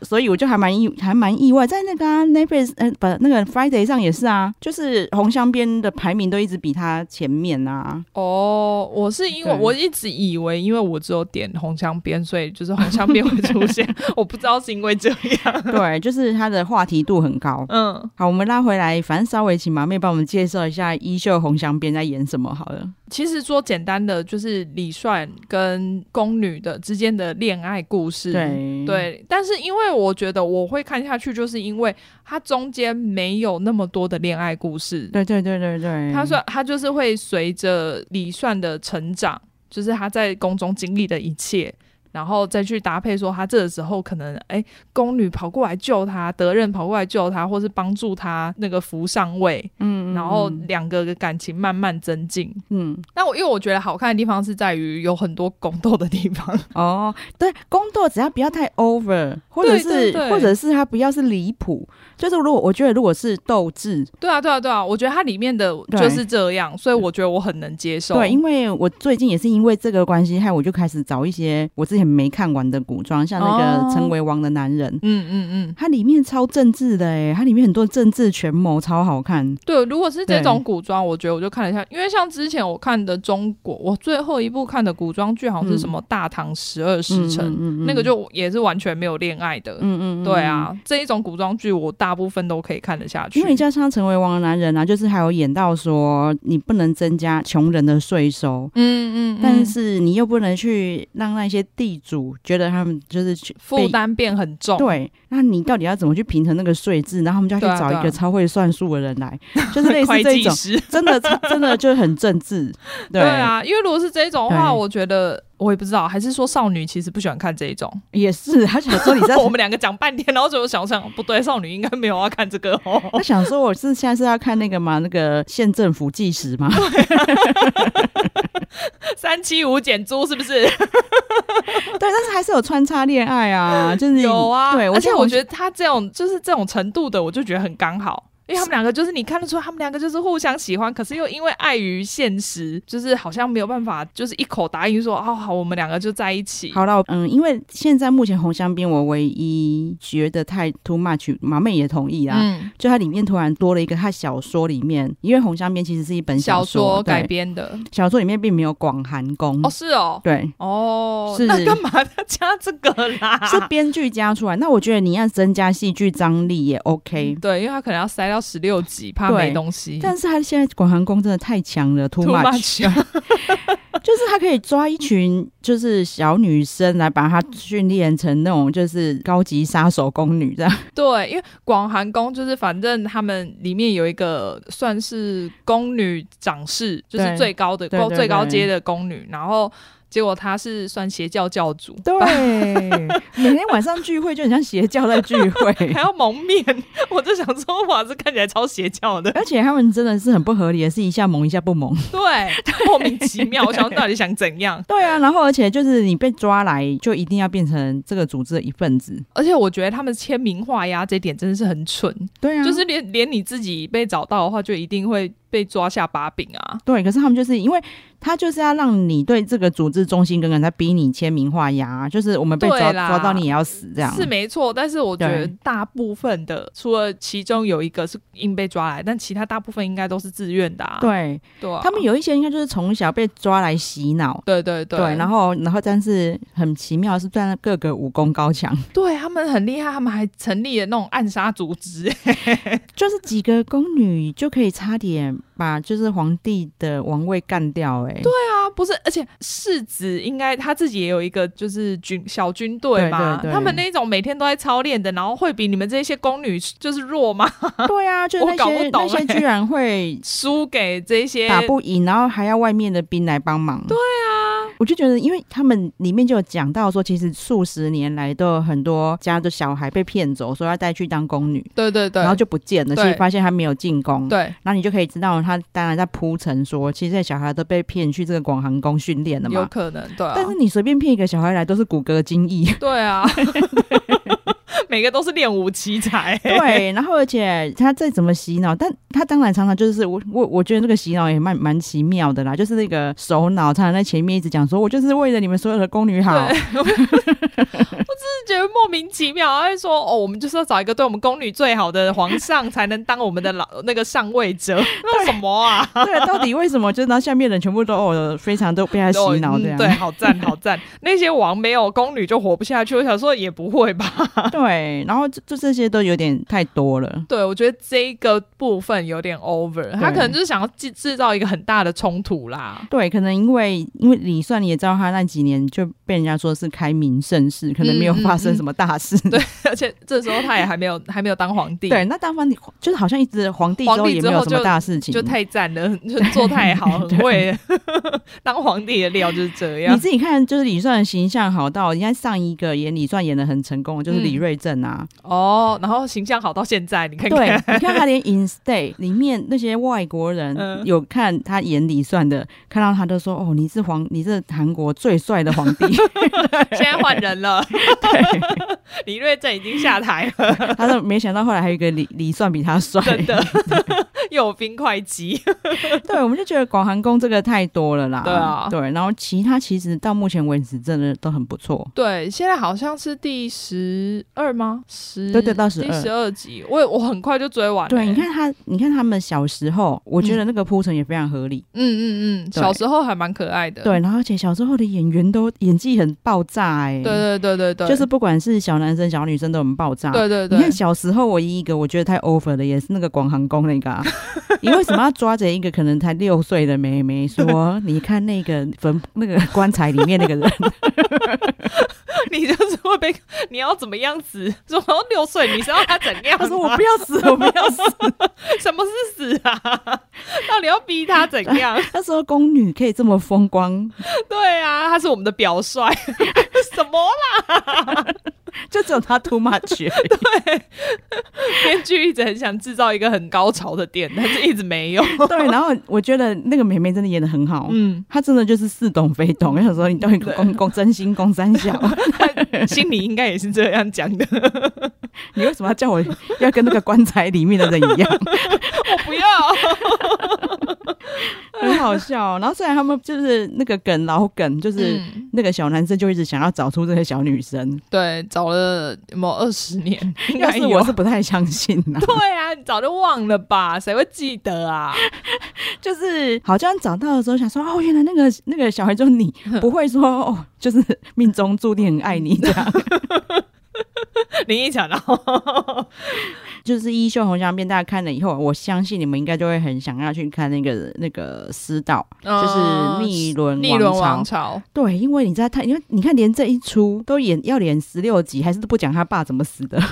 Speaker 1: 所以我就还蛮意还蛮意外，在那个、啊、Netflix 呃不那个 Friday 上也是啊，就是红香边的排名都一直比他前面啊，
Speaker 2: 哦，我是因为
Speaker 1: 对
Speaker 2: 我一直以为，因为我只有点红墙边，所以就是红墙边会出 现，我不知道是因为这样。
Speaker 1: 对，就是他的话题度很高。
Speaker 2: 嗯，
Speaker 1: 好，我们拉回来，反正稍微请麻妹帮我们介绍一下《衣袖红香边》在演什么好了。
Speaker 2: 其实说简单的，就是李帅跟宫女的之间的恋爱故事。。
Speaker 1: 对
Speaker 2: 嗯对，但是因为我觉得我会看下去，就是因为它中间没有那么多的恋爱故事。
Speaker 1: 对对对对对，
Speaker 2: 他说他就是会随着李算的成长，就是他在宫中经历的一切，然后再去搭配说他这个时候可能哎，宫女跑过来救他，德仁跑过来救他，或是帮助他那个扶上位，
Speaker 1: 嗯，嗯
Speaker 2: 然后
Speaker 1: 嗯
Speaker 2: 两个的感情慢慢增进。
Speaker 1: 嗯
Speaker 2: 但我因为我觉得好看的地方是在于有很多宫斗的地 方，
Speaker 1: 哦，对，宫斗只要不要太 over，或者
Speaker 2: 对
Speaker 1: 是
Speaker 2: 对对
Speaker 1: 或者是他不要是离谱，就是如果我觉得如果是斗智，
Speaker 2: 对啊，对啊，对啊，我觉得它里面的
Speaker 1: 对
Speaker 2: 就是这样，所以我觉得我很能接受。
Speaker 1: 对，因为我最近也是因为这个关系，害我就开始找一些我之前前没看完的古装，像那个
Speaker 2: 哦
Speaker 1: 《成为王的男人》
Speaker 2: 嗯嗯嗯，
Speaker 1: 它里面超政治的哎，它里面很多政治权谋，超好看。
Speaker 2: 对，如果是这
Speaker 1: 对
Speaker 2: 种古装，我觉得我就看了一下，因为像之前我看的中国，我最后一部看的古装剧好像是什么《大唐十二时辰》
Speaker 1: 嗯
Speaker 2: 那个就也是完全没有恋爱的。
Speaker 1: 嗯嗯，嗯
Speaker 2: 对。啊，这一种古装剧我大部分都可以看得下去。
Speaker 1: 因为加上成为王的男人啊，就是还有演到说你不能增加穷人的税收，
Speaker 2: 嗯嗯，嗯
Speaker 1: 但是你又不能去让那些地主觉得他们就是去
Speaker 2: 负担变很重。
Speaker 1: 对，那你到底要怎么去平衡那个税制？然后他们就要去
Speaker 2: 对啊
Speaker 1: 找
Speaker 2: 对
Speaker 1: 一个
Speaker 2: 啊
Speaker 1: 超会算数的人 来，就是类似
Speaker 2: 会
Speaker 1: 这
Speaker 2: 计
Speaker 1: 种，
Speaker 2: 师，
Speaker 1: 真的真的就是很政治。对
Speaker 2: 对，啊，因为如果是这种的话，
Speaker 1: 对
Speaker 2: 我觉得我也不知道，还是说少女其实不喜欢看这一种。
Speaker 1: 也是。他想说你在
Speaker 2: 我们两个讲半天，然后最后想想，不对，少女应该没有要看这个哦。
Speaker 1: 他想说我是现在是要看那个嘛，那个县政府纪实嘛，
Speaker 2: 三七五减租是不是？
Speaker 1: 对，但是还是有穿插恋爱啊，就是
Speaker 2: 有啊，
Speaker 1: 对，
Speaker 2: 而且
Speaker 1: 像
Speaker 2: 我觉得他这种就是这种程度的，我就觉得很刚好。因为他们两个就是你看得出，他们两个就是互相喜欢，可是又因为碍于现实，就是好像没有办法，就是一口答应说哦好，我们两个就在一起。
Speaker 1: 好了，嗯，因为现在目前红香槟，我唯一觉得太 too much，马妹也同意啊。
Speaker 2: 嗯，
Speaker 1: 就它里面突然多了一个，它小说里面，因为《红香槟》其实是一本
Speaker 2: 小
Speaker 1: 说
Speaker 2: 说改
Speaker 1: 啊对嗯
Speaker 2: 编的
Speaker 1: 小说里面并没有广寒宫，
Speaker 2: 哦，是哦，
Speaker 1: 对，
Speaker 2: 哦，
Speaker 1: 是
Speaker 2: 那干嘛要加这个啦？
Speaker 1: 是编剧加出来。那我觉得你要增加戏剧张力也 OK，、
Speaker 2: 对，因为他可能要塞到十六集，怕
Speaker 1: 对
Speaker 2: 没东西。
Speaker 1: 但是他现在广寒宫真的太强了，too
Speaker 2: 嗯 too
Speaker 1: much，,
Speaker 2: much
Speaker 1: 就是他可以抓一群就是小女生来把她训练成那种就是高级杀手宫女这样。
Speaker 2: 对，因为广寒宫就是反正他们里面有一个算是宫女长势，就是
Speaker 1: 对
Speaker 2: 最高的
Speaker 1: 对
Speaker 2: 高
Speaker 1: 对
Speaker 2: 最高
Speaker 1: 对
Speaker 2: 阶的宫女，然后结果她是算邪教教主。
Speaker 1: 对，每天晚上聚会就很像邪教在聚会。
Speaker 2: 还要蒙面，我就想说，哇，这看起来超邪教的，
Speaker 1: 而且他们真的是很不合理的，是一下萌一下不萌。
Speaker 2: 对，莫名其妙。我想到底想怎样？
Speaker 1: 对啊，然后而且就是你被抓来，就一定要变成这个组织的一份子。
Speaker 2: 而且我觉得他们签名画押这点真的是很蠢，
Speaker 1: 对啊，
Speaker 2: 就是连连你自己被找到的话，就一定会被抓下把柄啊。
Speaker 1: 对。可是他们就是因为他就是要让你对这个组织忠心耿耿，他逼你签名画押，就是我们被抓
Speaker 2: 对啦
Speaker 1: 抓到你也要死这样。
Speaker 2: 是没错，但是我觉得
Speaker 1: 对
Speaker 2: 大部分的，除了其中有一个是硬被抓来，但其他大部分应该都是自愿的、啊。
Speaker 1: 对
Speaker 2: 对啊、
Speaker 1: 他们有一些应该就是从小被抓来洗脑。
Speaker 2: 对对对，
Speaker 1: 对，然后然后但是很奇妙的是，在各个武功高强，
Speaker 2: 对他们很厉害，他们还成立了那种暗杀组织。
Speaker 1: 就是几个宫女就可以差点把就是皇帝的王位干掉、哎，对
Speaker 2: 啊，不是，而且世子应该他自己也有一个就是军小军队嘛，
Speaker 1: 对对对
Speaker 2: 他们那种每天都在操练的，然后会比你们这些宫女就是弱吗？
Speaker 1: 对啊，就是
Speaker 2: 我
Speaker 1: 那
Speaker 2: 搞不
Speaker 1: 些
Speaker 2: 懂
Speaker 1: 那些
Speaker 2: 欸
Speaker 1: 居然会
Speaker 2: 输给这些
Speaker 1: 打不赢，然后还要外面的兵来帮忙。对啊，我就觉得，因为他们里面就有讲到说，其实数十年来都有很多家的小孩被骗走，说要带去当宫女，
Speaker 2: 对对对，
Speaker 1: 然后就不见了，
Speaker 2: 对
Speaker 1: 所以发现他没有进宫。。
Speaker 2: 对。
Speaker 1: 然后你就可以知道，他当然在铺陈说，其实这小孩都被骗去这个广寒宫训练了
Speaker 2: 有
Speaker 1: 嘛。
Speaker 2: 可能，对、啊，
Speaker 1: 但是你随便骗一个小孩来，都是骨骼惊异。
Speaker 2: 对啊， 每个都是练武奇才、
Speaker 1: 对，然后而且他再怎么洗脑，但他当然常常就是我我我觉得这个洗脑也蛮蛮奇妙的啦，就是那个首脑常常在前面一直讲说，我就是为了你们所有的宫女好，
Speaker 2: 觉得莫名其妙，他会说哦，我们就是要找一个对我们宫女最好的皇上，才能当我们的老那个上位者， 那什么啊？
Speaker 1: 对，到底为什么？就是然后下面的人全部都哦，非常都被他洗脑这
Speaker 2: 嗯
Speaker 1: 样，
Speaker 2: 对，好赞好赞。那些王没有宫女就活不下去，我想说也不会吧。
Speaker 1: 对，然后就就这些都有点太多了，
Speaker 2: 对，我觉得这一个部分有点 over，他可能就是想要制制造一个很大的冲突啦。
Speaker 1: 对，可能因为因为李算你也知道，他那几年就被人家说是开明盛世，可能没有
Speaker 2: 嗯嗯
Speaker 1: 发生
Speaker 2: 嗯
Speaker 1: 什么大事，
Speaker 2: 对而且这时候他也还没有还没有当皇帝，
Speaker 1: 对，那当方就是好像一直皇帝之
Speaker 2: 皇
Speaker 1: 后
Speaker 2: 帝
Speaker 1: 也
Speaker 2: 之
Speaker 1: 没有
Speaker 2: 后
Speaker 1: 什么
Speaker 2: 就
Speaker 1: 大事情，
Speaker 2: 就太赞了， 就做太好， 很会 当皇帝的料就是这
Speaker 1: 你
Speaker 2: 样。
Speaker 1: 自己看，就是李算的形象好到，人家上一个演李算演的很成功，就是李
Speaker 2: 嗯
Speaker 1: 瑞镇啊。
Speaker 2: 哦，然后形象好到现在，你看
Speaker 1: 对，
Speaker 2: 看，
Speaker 1: 你看他连《In Stay》里面那些外国人
Speaker 2: 嗯
Speaker 1: 有看他演李算的，看到他都说：“哦，你是皇，你是韩国最帅的皇帝。
Speaker 2: 现在换人了， 李瑞正已经下台了，”
Speaker 1: 他说没想到后来还有一个李李算比他帅，
Speaker 2: 真的 又有冰块机，
Speaker 1: 对，我们就觉得广寒宫这个太多了啦。
Speaker 2: 对啊
Speaker 1: 对，然后其他其实到目前为止真的都很不错。
Speaker 2: 对，现在好像是第十二吗？十
Speaker 1: 对对到12
Speaker 2: 第十二集，我我很快就追完了、
Speaker 1: 对，你，看他，你看他们小时候，我觉
Speaker 2: 嗯
Speaker 1: 得那个铺陈也非常合理。
Speaker 2: 嗯嗯嗯，
Speaker 1: 对
Speaker 2: 小时候还蛮可爱的，
Speaker 1: 对，然后而且小时候的演员都演技很爆炸哎、
Speaker 2: 对对对对对，
Speaker 1: 就是不管是小男生小女生都很爆炸。
Speaker 2: 对对
Speaker 1: 你
Speaker 2: 对
Speaker 1: 看，小时候唯一一个我觉得太 over 的也是那个广航宫那个、啊，你为什么要抓着一个可能才六岁的妹妹说，你看那个坟那个棺材里面那 个人，
Speaker 2: 你就是会被你要怎么样子？说六岁，你是要他怎样吗？
Speaker 1: 他说我不要死，我不要死。
Speaker 2: 什么是死啊？ 到底要逼他怎样？
Speaker 1: 那时候宫女可以这么风光，
Speaker 2: 对啊，他是我们的表率， 什么啦？
Speaker 1: 就只有她 too much 而已。
Speaker 2: 编剧一直很想制造一个很高潮的点，但是一直没有。
Speaker 1: 对，然后我觉得那个妹妹真的演的很好，
Speaker 2: 嗯，
Speaker 1: 她真的就是似懂非懂。我想说，你到底公公真心公三小，
Speaker 2: 心里应该也是这样讲的。
Speaker 1: 你为什么要叫我要跟那个棺材里面的人一样？
Speaker 2: 我不 要，
Speaker 1: 很好笑。然后虽然他们就是那个梗老梗，就是。
Speaker 2: 嗯、
Speaker 1: 那个小男生就一直想要找出这个小女 生，
Speaker 2: 对，找了有没有二十年？应
Speaker 1: 要
Speaker 2: 该
Speaker 1: 是
Speaker 2: 有
Speaker 1: 我是。不太相信呐、
Speaker 2: 对啊，你早就忘了吧？谁会记得啊？
Speaker 1: 就是好像找到的时候想说，哦，原来那个那个小孩就是 你，不会说哦，就是命中注定很爱你这样。
Speaker 2: 林忆强，然 后
Speaker 1: 就是《衣袖红香边》，大家看了以后，我相信你们应该就会很想要去看那个那个私道，就是逆轮
Speaker 2: 逆哦轮王
Speaker 1: 王朝。
Speaker 2: 朝，
Speaker 1: 对，因为你知道他，因为你看连这一出都演要演十六集，还是不讲他爸怎么死的，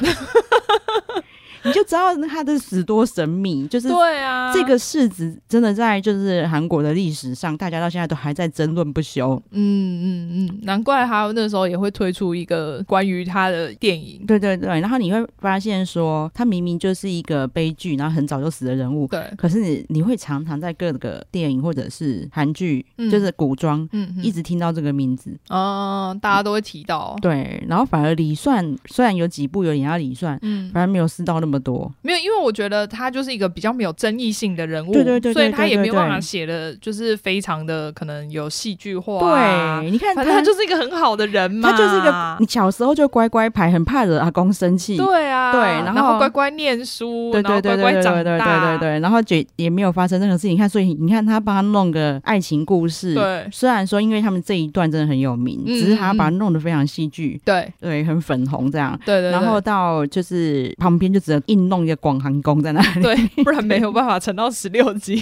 Speaker 1: 你就知道他的死多神秘。就是
Speaker 2: 对啊，
Speaker 1: 这个世子真的在就是韩国的历史上，大家到现在都还在争论不休。
Speaker 2: 嗯嗯嗯，难怪他那时候也会推出一个关于他的电影。
Speaker 1: 对对对，然后你会发现说，他明明就是一个悲剧，然后很早就死的人物，
Speaker 2: 对，
Speaker 1: 可是你你会常常在各个电影或者是韩剧，
Speaker 2: 嗯
Speaker 1: 就是古装。
Speaker 2: 嗯，
Speaker 1: 一
Speaker 2: 嗯
Speaker 1: 直听到这个名字，
Speaker 2: 哦，大家都会提到，
Speaker 1: 对，然后反而李算虽然有几部有演到李算，
Speaker 2: 嗯，
Speaker 1: 反而没有试到那么多，
Speaker 2: 没有，因为我觉得他就是一个比较没有争议性的人物，
Speaker 1: 对对对对
Speaker 2: 所以他也没
Speaker 1: 对
Speaker 2: 有
Speaker 1: 对对
Speaker 2: 办法写的，就是非常的可能有戏剧化、啊。
Speaker 1: 对，你看
Speaker 2: 反
Speaker 1: 他
Speaker 2: 正他就是一个很好的人嘛，
Speaker 1: 他就是一个，你小时候就乖乖牌，很怕惹阿公生气，
Speaker 2: 对啊，
Speaker 1: 嗯对然
Speaker 2: 然
Speaker 1: 后
Speaker 2: 乖乖念书，
Speaker 1: 对
Speaker 2: 然后
Speaker 1: 对对
Speaker 2: 乖
Speaker 1: 对对
Speaker 2: 乖长
Speaker 1: 对对
Speaker 2: 大，
Speaker 1: 对对，然后就也没有发生任何事情。你看，所以你看他帮他弄个爱情故事，
Speaker 2: 对
Speaker 1: 虽然说因为他们这一段真的很有名，
Speaker 2: 嗯
Speaker 1: 只是他把它弄得非常戏剧，
Speaker 2: 对
Speaker 1: 对，很粉红这样。
Speaker 2: 对对，
Speaker 1: 然后到就是旁边就只能硬弄一个广寒宫在那里，
Speaker 2: 对，不然没有办法撑到十六集。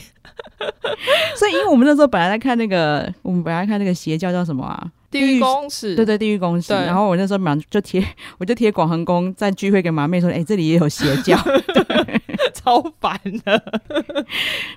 Speaker 1: 所以因为我们那时候本来在看那个，我们本来看那个邪教叫什么啊？
Speaker 2: 地
Speaker 1: 狱
Speaker 2: 狱公使，
Speaker 1: 对对，地狱公司。
Speaker 2: 对
Speaker 1: 然后我那时候马上就贴，我就贴广寒宫在聚会给马妹说，哎、这里也有邪教，
Speaker 2: 超烦的。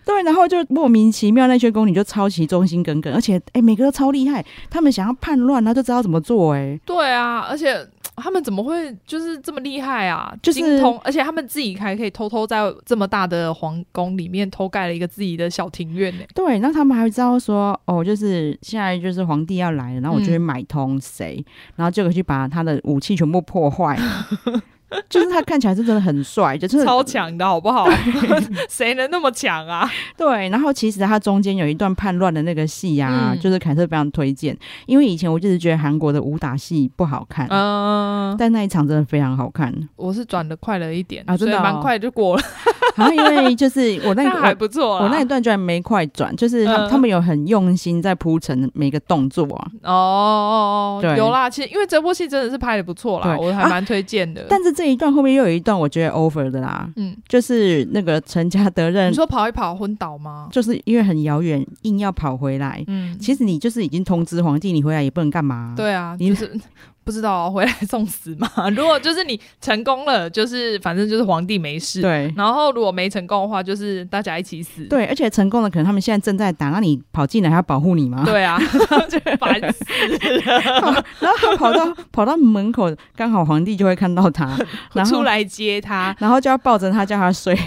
Speaker 1: 对，然后就莫名其妙那些宫女就超级忠心耿耿，而且哎、每个都超厉害，他们想要叛乱，然后就知道怎么做、哎，
Speaker 2: 对啊，而且他们怎么会就是这么厉害啊？
Speaker 1: 就是
Speaker 2: 精通，而且他们自己还可以偷偷在这么大的皇宫里面偷盖了一个自己的小庭院 呢、
Speaker 1: 对，那他们还会知道说，哦，就是现在就是皇帝要来了，然后我就会
Speaker 2: 嗯
Speaker 1: 买通谁，然后就可以去把他的武器全部破坏， 就是他看起来是真的很帅，就是
Speaker 2: 超强的好不好？ 谁能那么强 啊？
Speaker 1: 对，然后其实它中间有一段叛乱的那个戏啊，
Speaker 2: 嗯
Speaker 1: 就是凯特非常推荐，因为以前我就是觉得韩国的武打戏不好看，
Speaker 2: 嗯、
Speaker 1: 但那一场真的非常好看
Speaker 2: 我是转的快了一点
Speaker 1: 啊真的
Speaker 2: 所以
Speaker 1: 哦
Speaker 2: 蛮快就过了，
Speaker 1: 然后因为就是我那
Speaker 2: 那还
Speaker 1: 个
Speaker 2: 不错
Speaker 1: 我
Speaker 2: 啦。
Speaker 1: 我那一段居然没快转，就是他、
Speaker 2: 嗯
Speaker 1: 他们有很用心在铺陈每个动作啊，
Speaker 2: 哦哦，哦
Speaker 1: 对
Speaker 2: 有啦，其实因为这部戏真的是拍的不错啦，
Speaker 1: 对
Speaker 2: 我还蛮推荐的。
Speaker 1: 但是这一段后面又有一段我觉得 over 的啦，
Speaker 2: 嗯，
Speaker 1: 就是那个陈嘉德任
Speaker 2: 你，说跑一跑昏倒吗？
Speaker 1: 就是因为很遥远，硬要跑回来，
Speaker 2: 嗯，
Speaker 1: 其实你就是已经通知皇帝你回来也不能干嘛，
Speaker 2: 对啊，
Speaker 1: 嗯你
Speaker 2: 就是 不知道啊回来送死嘛。 如果就是你成功了，就是反正就是皇帝没事。
Speaker 1: 对。
Speaker 2: 然后如果没成功的话，就是大家一起死。
Speaker 1: 对，而且成功的可能他们现在正在打，那你跑进来还要保护你吗？
Speaker 2: 对啊， 烦死了，
Speaker 1: 然后他跑到跑到门口，刚好皇帝就会看到 他，然后
Speaker 2: 出，来接他。
Speaker 1: 然后就要抱着他叫他睡，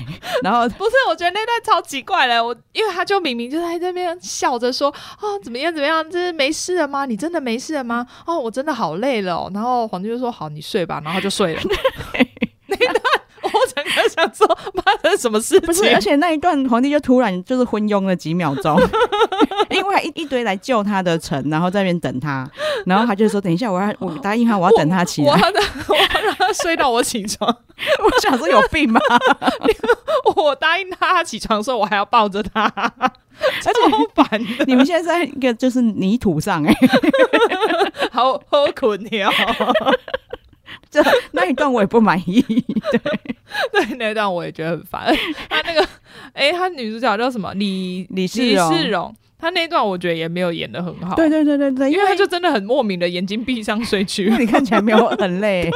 Speaker 1: 然 后
Speaker 2: 不是，我觉得那段超奇怪的，我因为他就明明就在那边笑着说啊，怎么样怎么样，就是没事了吗？你真的没事了吗？哦，我真 的 好累了、哦。然后皇帝就说好，你睡吧，然后他就睡了。那一段我整个在想说发生什么事
Speaker 1: 不是，
Speaker 2: 情
Speaker 1: 而？且那一段皇帝就突然就是昏庸了几秒钟， 因为还一一堆来救他的臣，然后在那边等他，然后他就说：“等一下，我要我答应他，我要等他起
Speaker 2: 哦我
Speaker 1: 来。
Speaker 2: 要让 我要让他睡到我起床。”
Speaker 1: 我想说有病吗？
Speaker 2: 我答应他起床的时候，我还要抱着他，
Speaker 1: 而且
Speaker 2: 超烦的，
Speaker 1: 你们现在在一个就是泥土上、哎，
Speaker 2: 好好哦困了。
Speaker 1: 这那一段我也不满意。
Speaker 2: 对，那段我也觉得很烦。他那个，哎、他女主角叫什么？李
Speaker 1: 李世
Speaker 2: 世
Speaker 1: 荣
Speaker 2: 荣。她那段我觉得也没有演的很好。
Speaker 1: 对对对对对，
Speaker 2: 因
Speaker 1: 因
Speaker 2: 为他
Speaker 1: 为
Speaker 2: 就真的很莫名的眼睛闭上睡去
Speaker 1: 因为，你看起来没有很累，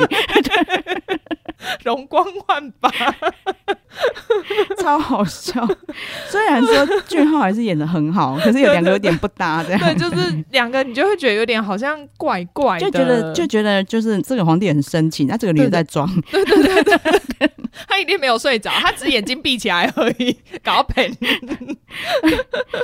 Speaker 2: 容光焕 发。
Speaker 1: 超好笑。虽然说俊浩还是演的很好，可是有两个有点不搭这样。
Speaker 2: 对，就是两个你就会觉得有点好像怪怪
Speaker 1: 就
Speaker 2: 的，
Speaker 1: 觉得就觉得就是这个皇帝很生气，那这个女
Speaker 2: 对
Speaker 1: 的
Speaker 2: 对
Speaker 1: 在装，
Speaker 2: 他一定没有睡着，他只是眼睛闭起来而已，搞本。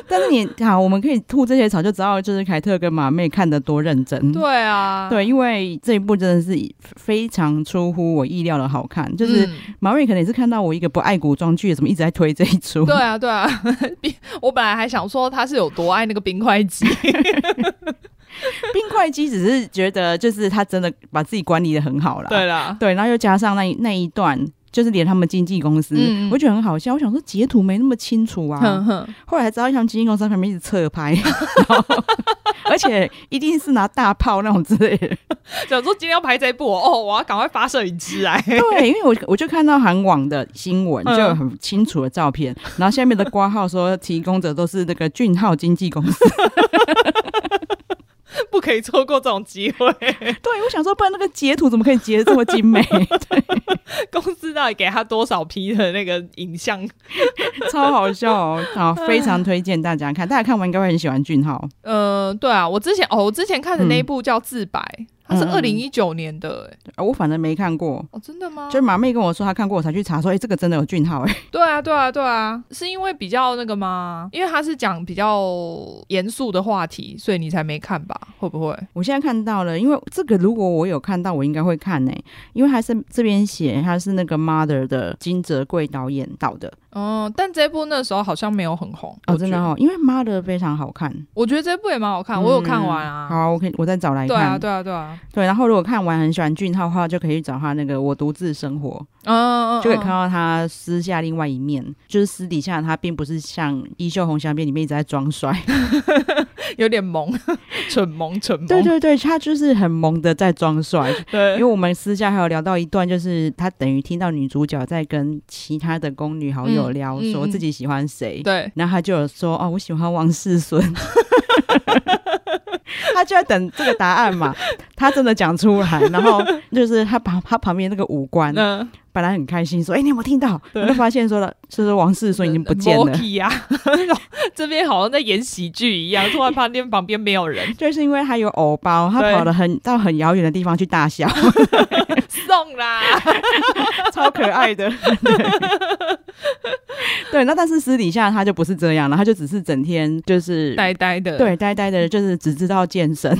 Speaker 1: 但是你好，我们可以吐这些槽，就知道就是凯特跟马妹看得多认真。
Speaker 2: 对啊，
Speaker 1: 对，因为这一部真的是非常出乎我意料的好看，就是
Speaker 2: 嗯
Speaker 1: 马瑞可能也是看到我一个不爱古装剧，怎么一直在推这一出。
Speaker 2: 对啊，对啊， 冰我本来还想说他是有多爱那个冰块机，
Speaker 1: 冰块机只是觉得就是他真的把自己管理的很好啦。
Speaker 2: 对啦，
Speaker 1: 对，然后又加上那一那一段。就是连他们经纪公司，
Speaker 2: 嗯嗯
Speaker 1: 我觉得很好笑。我想说截图没那么清楚啊，
Speaker 2: 哼哼，
Speaker 1: 后来才知道他们经纪公司在旁边一直侧拍，然后而且一定是拿大炮那种之类 的。
Speaker 2: 想说今天要拍这一部哦，我要赶快发摄影机来，
Speaker 1: 对，因为我我就看到韩网的新闻，
Speaker 2: 嗯
Speaker 1: 就有很清楚的照片，然后下面的挂号说提供者都是那个俊浩经纪公司。
Speaker 2: 不可以错过这种机会。
Speaker 1: 对，我想说，不然那个截图怎么可以截得这么精美？
Speaker 2: 公司到底给他多少批的那个影像？
Speaker 1: 超好笑哦！好，非常推荐大家看，大家看完应该会很喜欢俊浩。
Speaker 2: 呃，对啊，我之前哦，我之前看的那一部叫《自白》，它是
Speaker 1: 嗯嗯
Speaker 2: 二
Speaker 1: 嗯
Speaker 2: 零一九年的、欸，
Speaker 1: 呃我反正没看过，
Speaker 2: 哦，真的吗？
Speaker 1: 就是马妹跟我说她看过，我才去查说，哎、这个真的有俊浩哎、
Speaker 2: 对啊，对啊，对啊，是因为比较那个吗？因为他是讲比较严肃的话题，所以你才没看吧？会不会？
Speaker 1: 我现在看到了，因为这个如果我有看到，我应该会看呢、因为他是这边写他是那个 Mother 的金哲贵导演导的
Speaker 2: 嗯，但这部那时候好像没有很红
Speaker 1: 哦，
Speaker 2: 我觉
Speaker 1: 真
Speaker 2: 得
Speaker 1: 的哦，因为 Mother 非常好看，
Speaker 2: 我觉得这部也蛮好看，我有看完
Speaker 1: 嗯
Speaker 2: 啊。
Speaker 1: 好，我可以我再找来看。
Speaker 2: 对啊，对啊，对啊，
Speaker 1: 对然后如果看完很喜欢俊浩的话，就可以去找他那个《我独自生活》
Speaker 2: 嗯，嗯
Speaker 1: 就可以看
Speaker 2: 嗯
Speaker 1: 到他私下另外一面，就是私底下他并不是像《衣袖红香边》里面一直在装帅，
Speaker 2: 有点萌，蠢萌，蠢萌。
Speaker 1: 对对对，他就是很萌的在装帅，因
Speaker 2: 对
Speaker 1: 为我们私下还有聊到一段，就是他等于听到女主角在跟其他的宫女好友
Speaker 2: 嗯
Speaker 1: 聊，
Speaker 2: 嗯
Speaker 1: 说
Speaker 2: 嗯
Speaker 1: 自己喜欢谁，
Speaker 2: 对
Speaker 1: 然后他就有说哦，我喜欢王世 孙，他就在等这个答案 嘛，他真的讲出来，然后就是他旁他旁边嗯那个五官
Speaker 2: 那
Speaker 1: 本来很开心，说哎、你有没有听到？
Speaker 2: 对呃
Speaker 1: 然后发现说了，是说王世孙已经不见了。
Speaker 2: 呀、啊这边好像在演喜剧一样，突然发现旁边没有 人
Speaker 1: 就是因为他有偶包，他
Speaker 2: 对
Speaker 1: 跑了很到很遥远的地方去大笑，
Speaker 2: 送啦。
Speaker 1: 超可爱的。 对，那但是私底下他就不是这样了，他就只是整天就是
Speaker 2: 呆呆的，
Speaker 1: 对呆呆的，就是只知道健 身，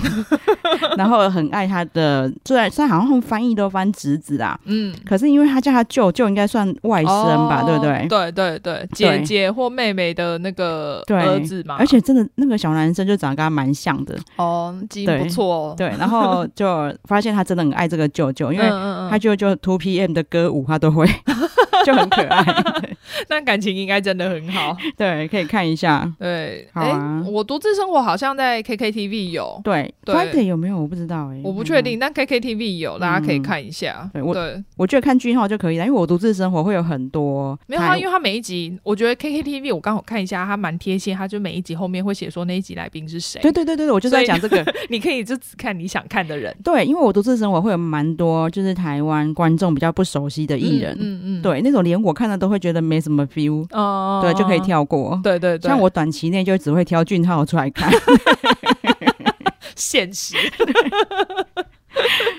Speaker 1: 然后很爱他的，虽然虽然好像翻译都翻侄子啊，
Speaker 2: 嗯。
Speaker 1: 可是因为他叫他舅舅，应该算外甥吧，
Speaker 2: 哦
Speaker 1: 对不对？
Speaker 2: 对对对，姐姐或妹妹的那个
Speaker 1: 对
Speaker 2: 儿子嘛，
Speaker 1: 而且真的那个小男生就长得跟他蛮像的，
Speaker 2: 哦，基因
Speaker 1: 对
Speaker 2: 不错哦，
Speaker 1: 对，然后就发现他真的很爱这个舅舅，因为
Speaker 2: 嗯嗯嗯
Speaker 1: 他舅舅 Two PM 的歌舞他都 会，就很可爱。
Speaker 2: 那感情应该真的很好。
Speaker 1: 对，可以看一下。
Speaker 2: 对，
Speaker 1: 好
Speaker 2: 诶
Speaker 1: 啊
Speaker 2: 我独自生活好像在 KKTV 有，
Speaker 1: 对
Speaker 2: 对
Speaker 1: f i g h t 有没有我不知道哎、
Speaker 2: 我不确。定，但 KKTV 有，大家可以看一下。
Speaker 1: 嗯对我
Speaker 2: 对，
Speaker 1: 我觉得看句号就可以了，因为我独自生活会有很多
Speaker 2: 没有他，
Speaker 1: 台
Speaker 2: 因为他每一集，我觉得 KKTV 我刚好看一下，他蛮贴心，他就每一集后面会写说那一集来宾是谁。
Speaker 1: 对对对对对，我就
Speaker 2: 所
Speaker 1: 在
Speaker 2: 以
Speaker 1: 讲这个。
Speaker 2: 你可以就只看你想看的人，
Speaker 1: 对，因为我独自生活会有蛮多就是台湾观众比较不熟悉的艺人，
Speaker 2: 嗯嗯，嗯，
Speaker 1: 对那种连我看了都会觉得没什么 feel，、
Speaker 2: 哦，
Speaker 1: 对，就可以，跳过。
Speaker 2: 对对对，
Speaker 1: 像我短期内就只 会挑俊浩出来看，
Speaker 2: 现实，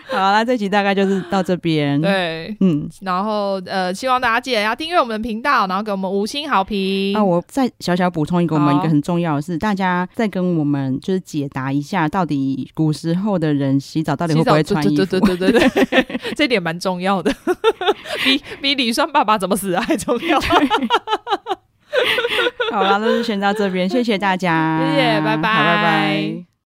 Speaker 1: 好啦，这集大概就是到这边。，
Speaker 2: 对，
Speaker 1: 嗯，
Speaker 2: 然后呃，希望大家记得要订阅我们的频道，然后给我们五星好评。
Speaker 1: 那、我再小小补充一个，我们一
Speaker 2: 好
Speaker 1: 个很重要的是，大家再跟我们就是解答一下，到底古时候的人洗澡到底会
Speaker 2: 洗
Speaker 1: 不
Speaker 2: 澡
Speaker 1: 会穿衣服？
Speaker 2: 对对对对对对对，这点蛮重要的，比比李算爸爸怎么死还重要。谢
Speaker 1: 好啦，那就先到这边，谢谢大家，
Speaker 2: 谢，拜拜，
Speaker 1: 好，拜拜。。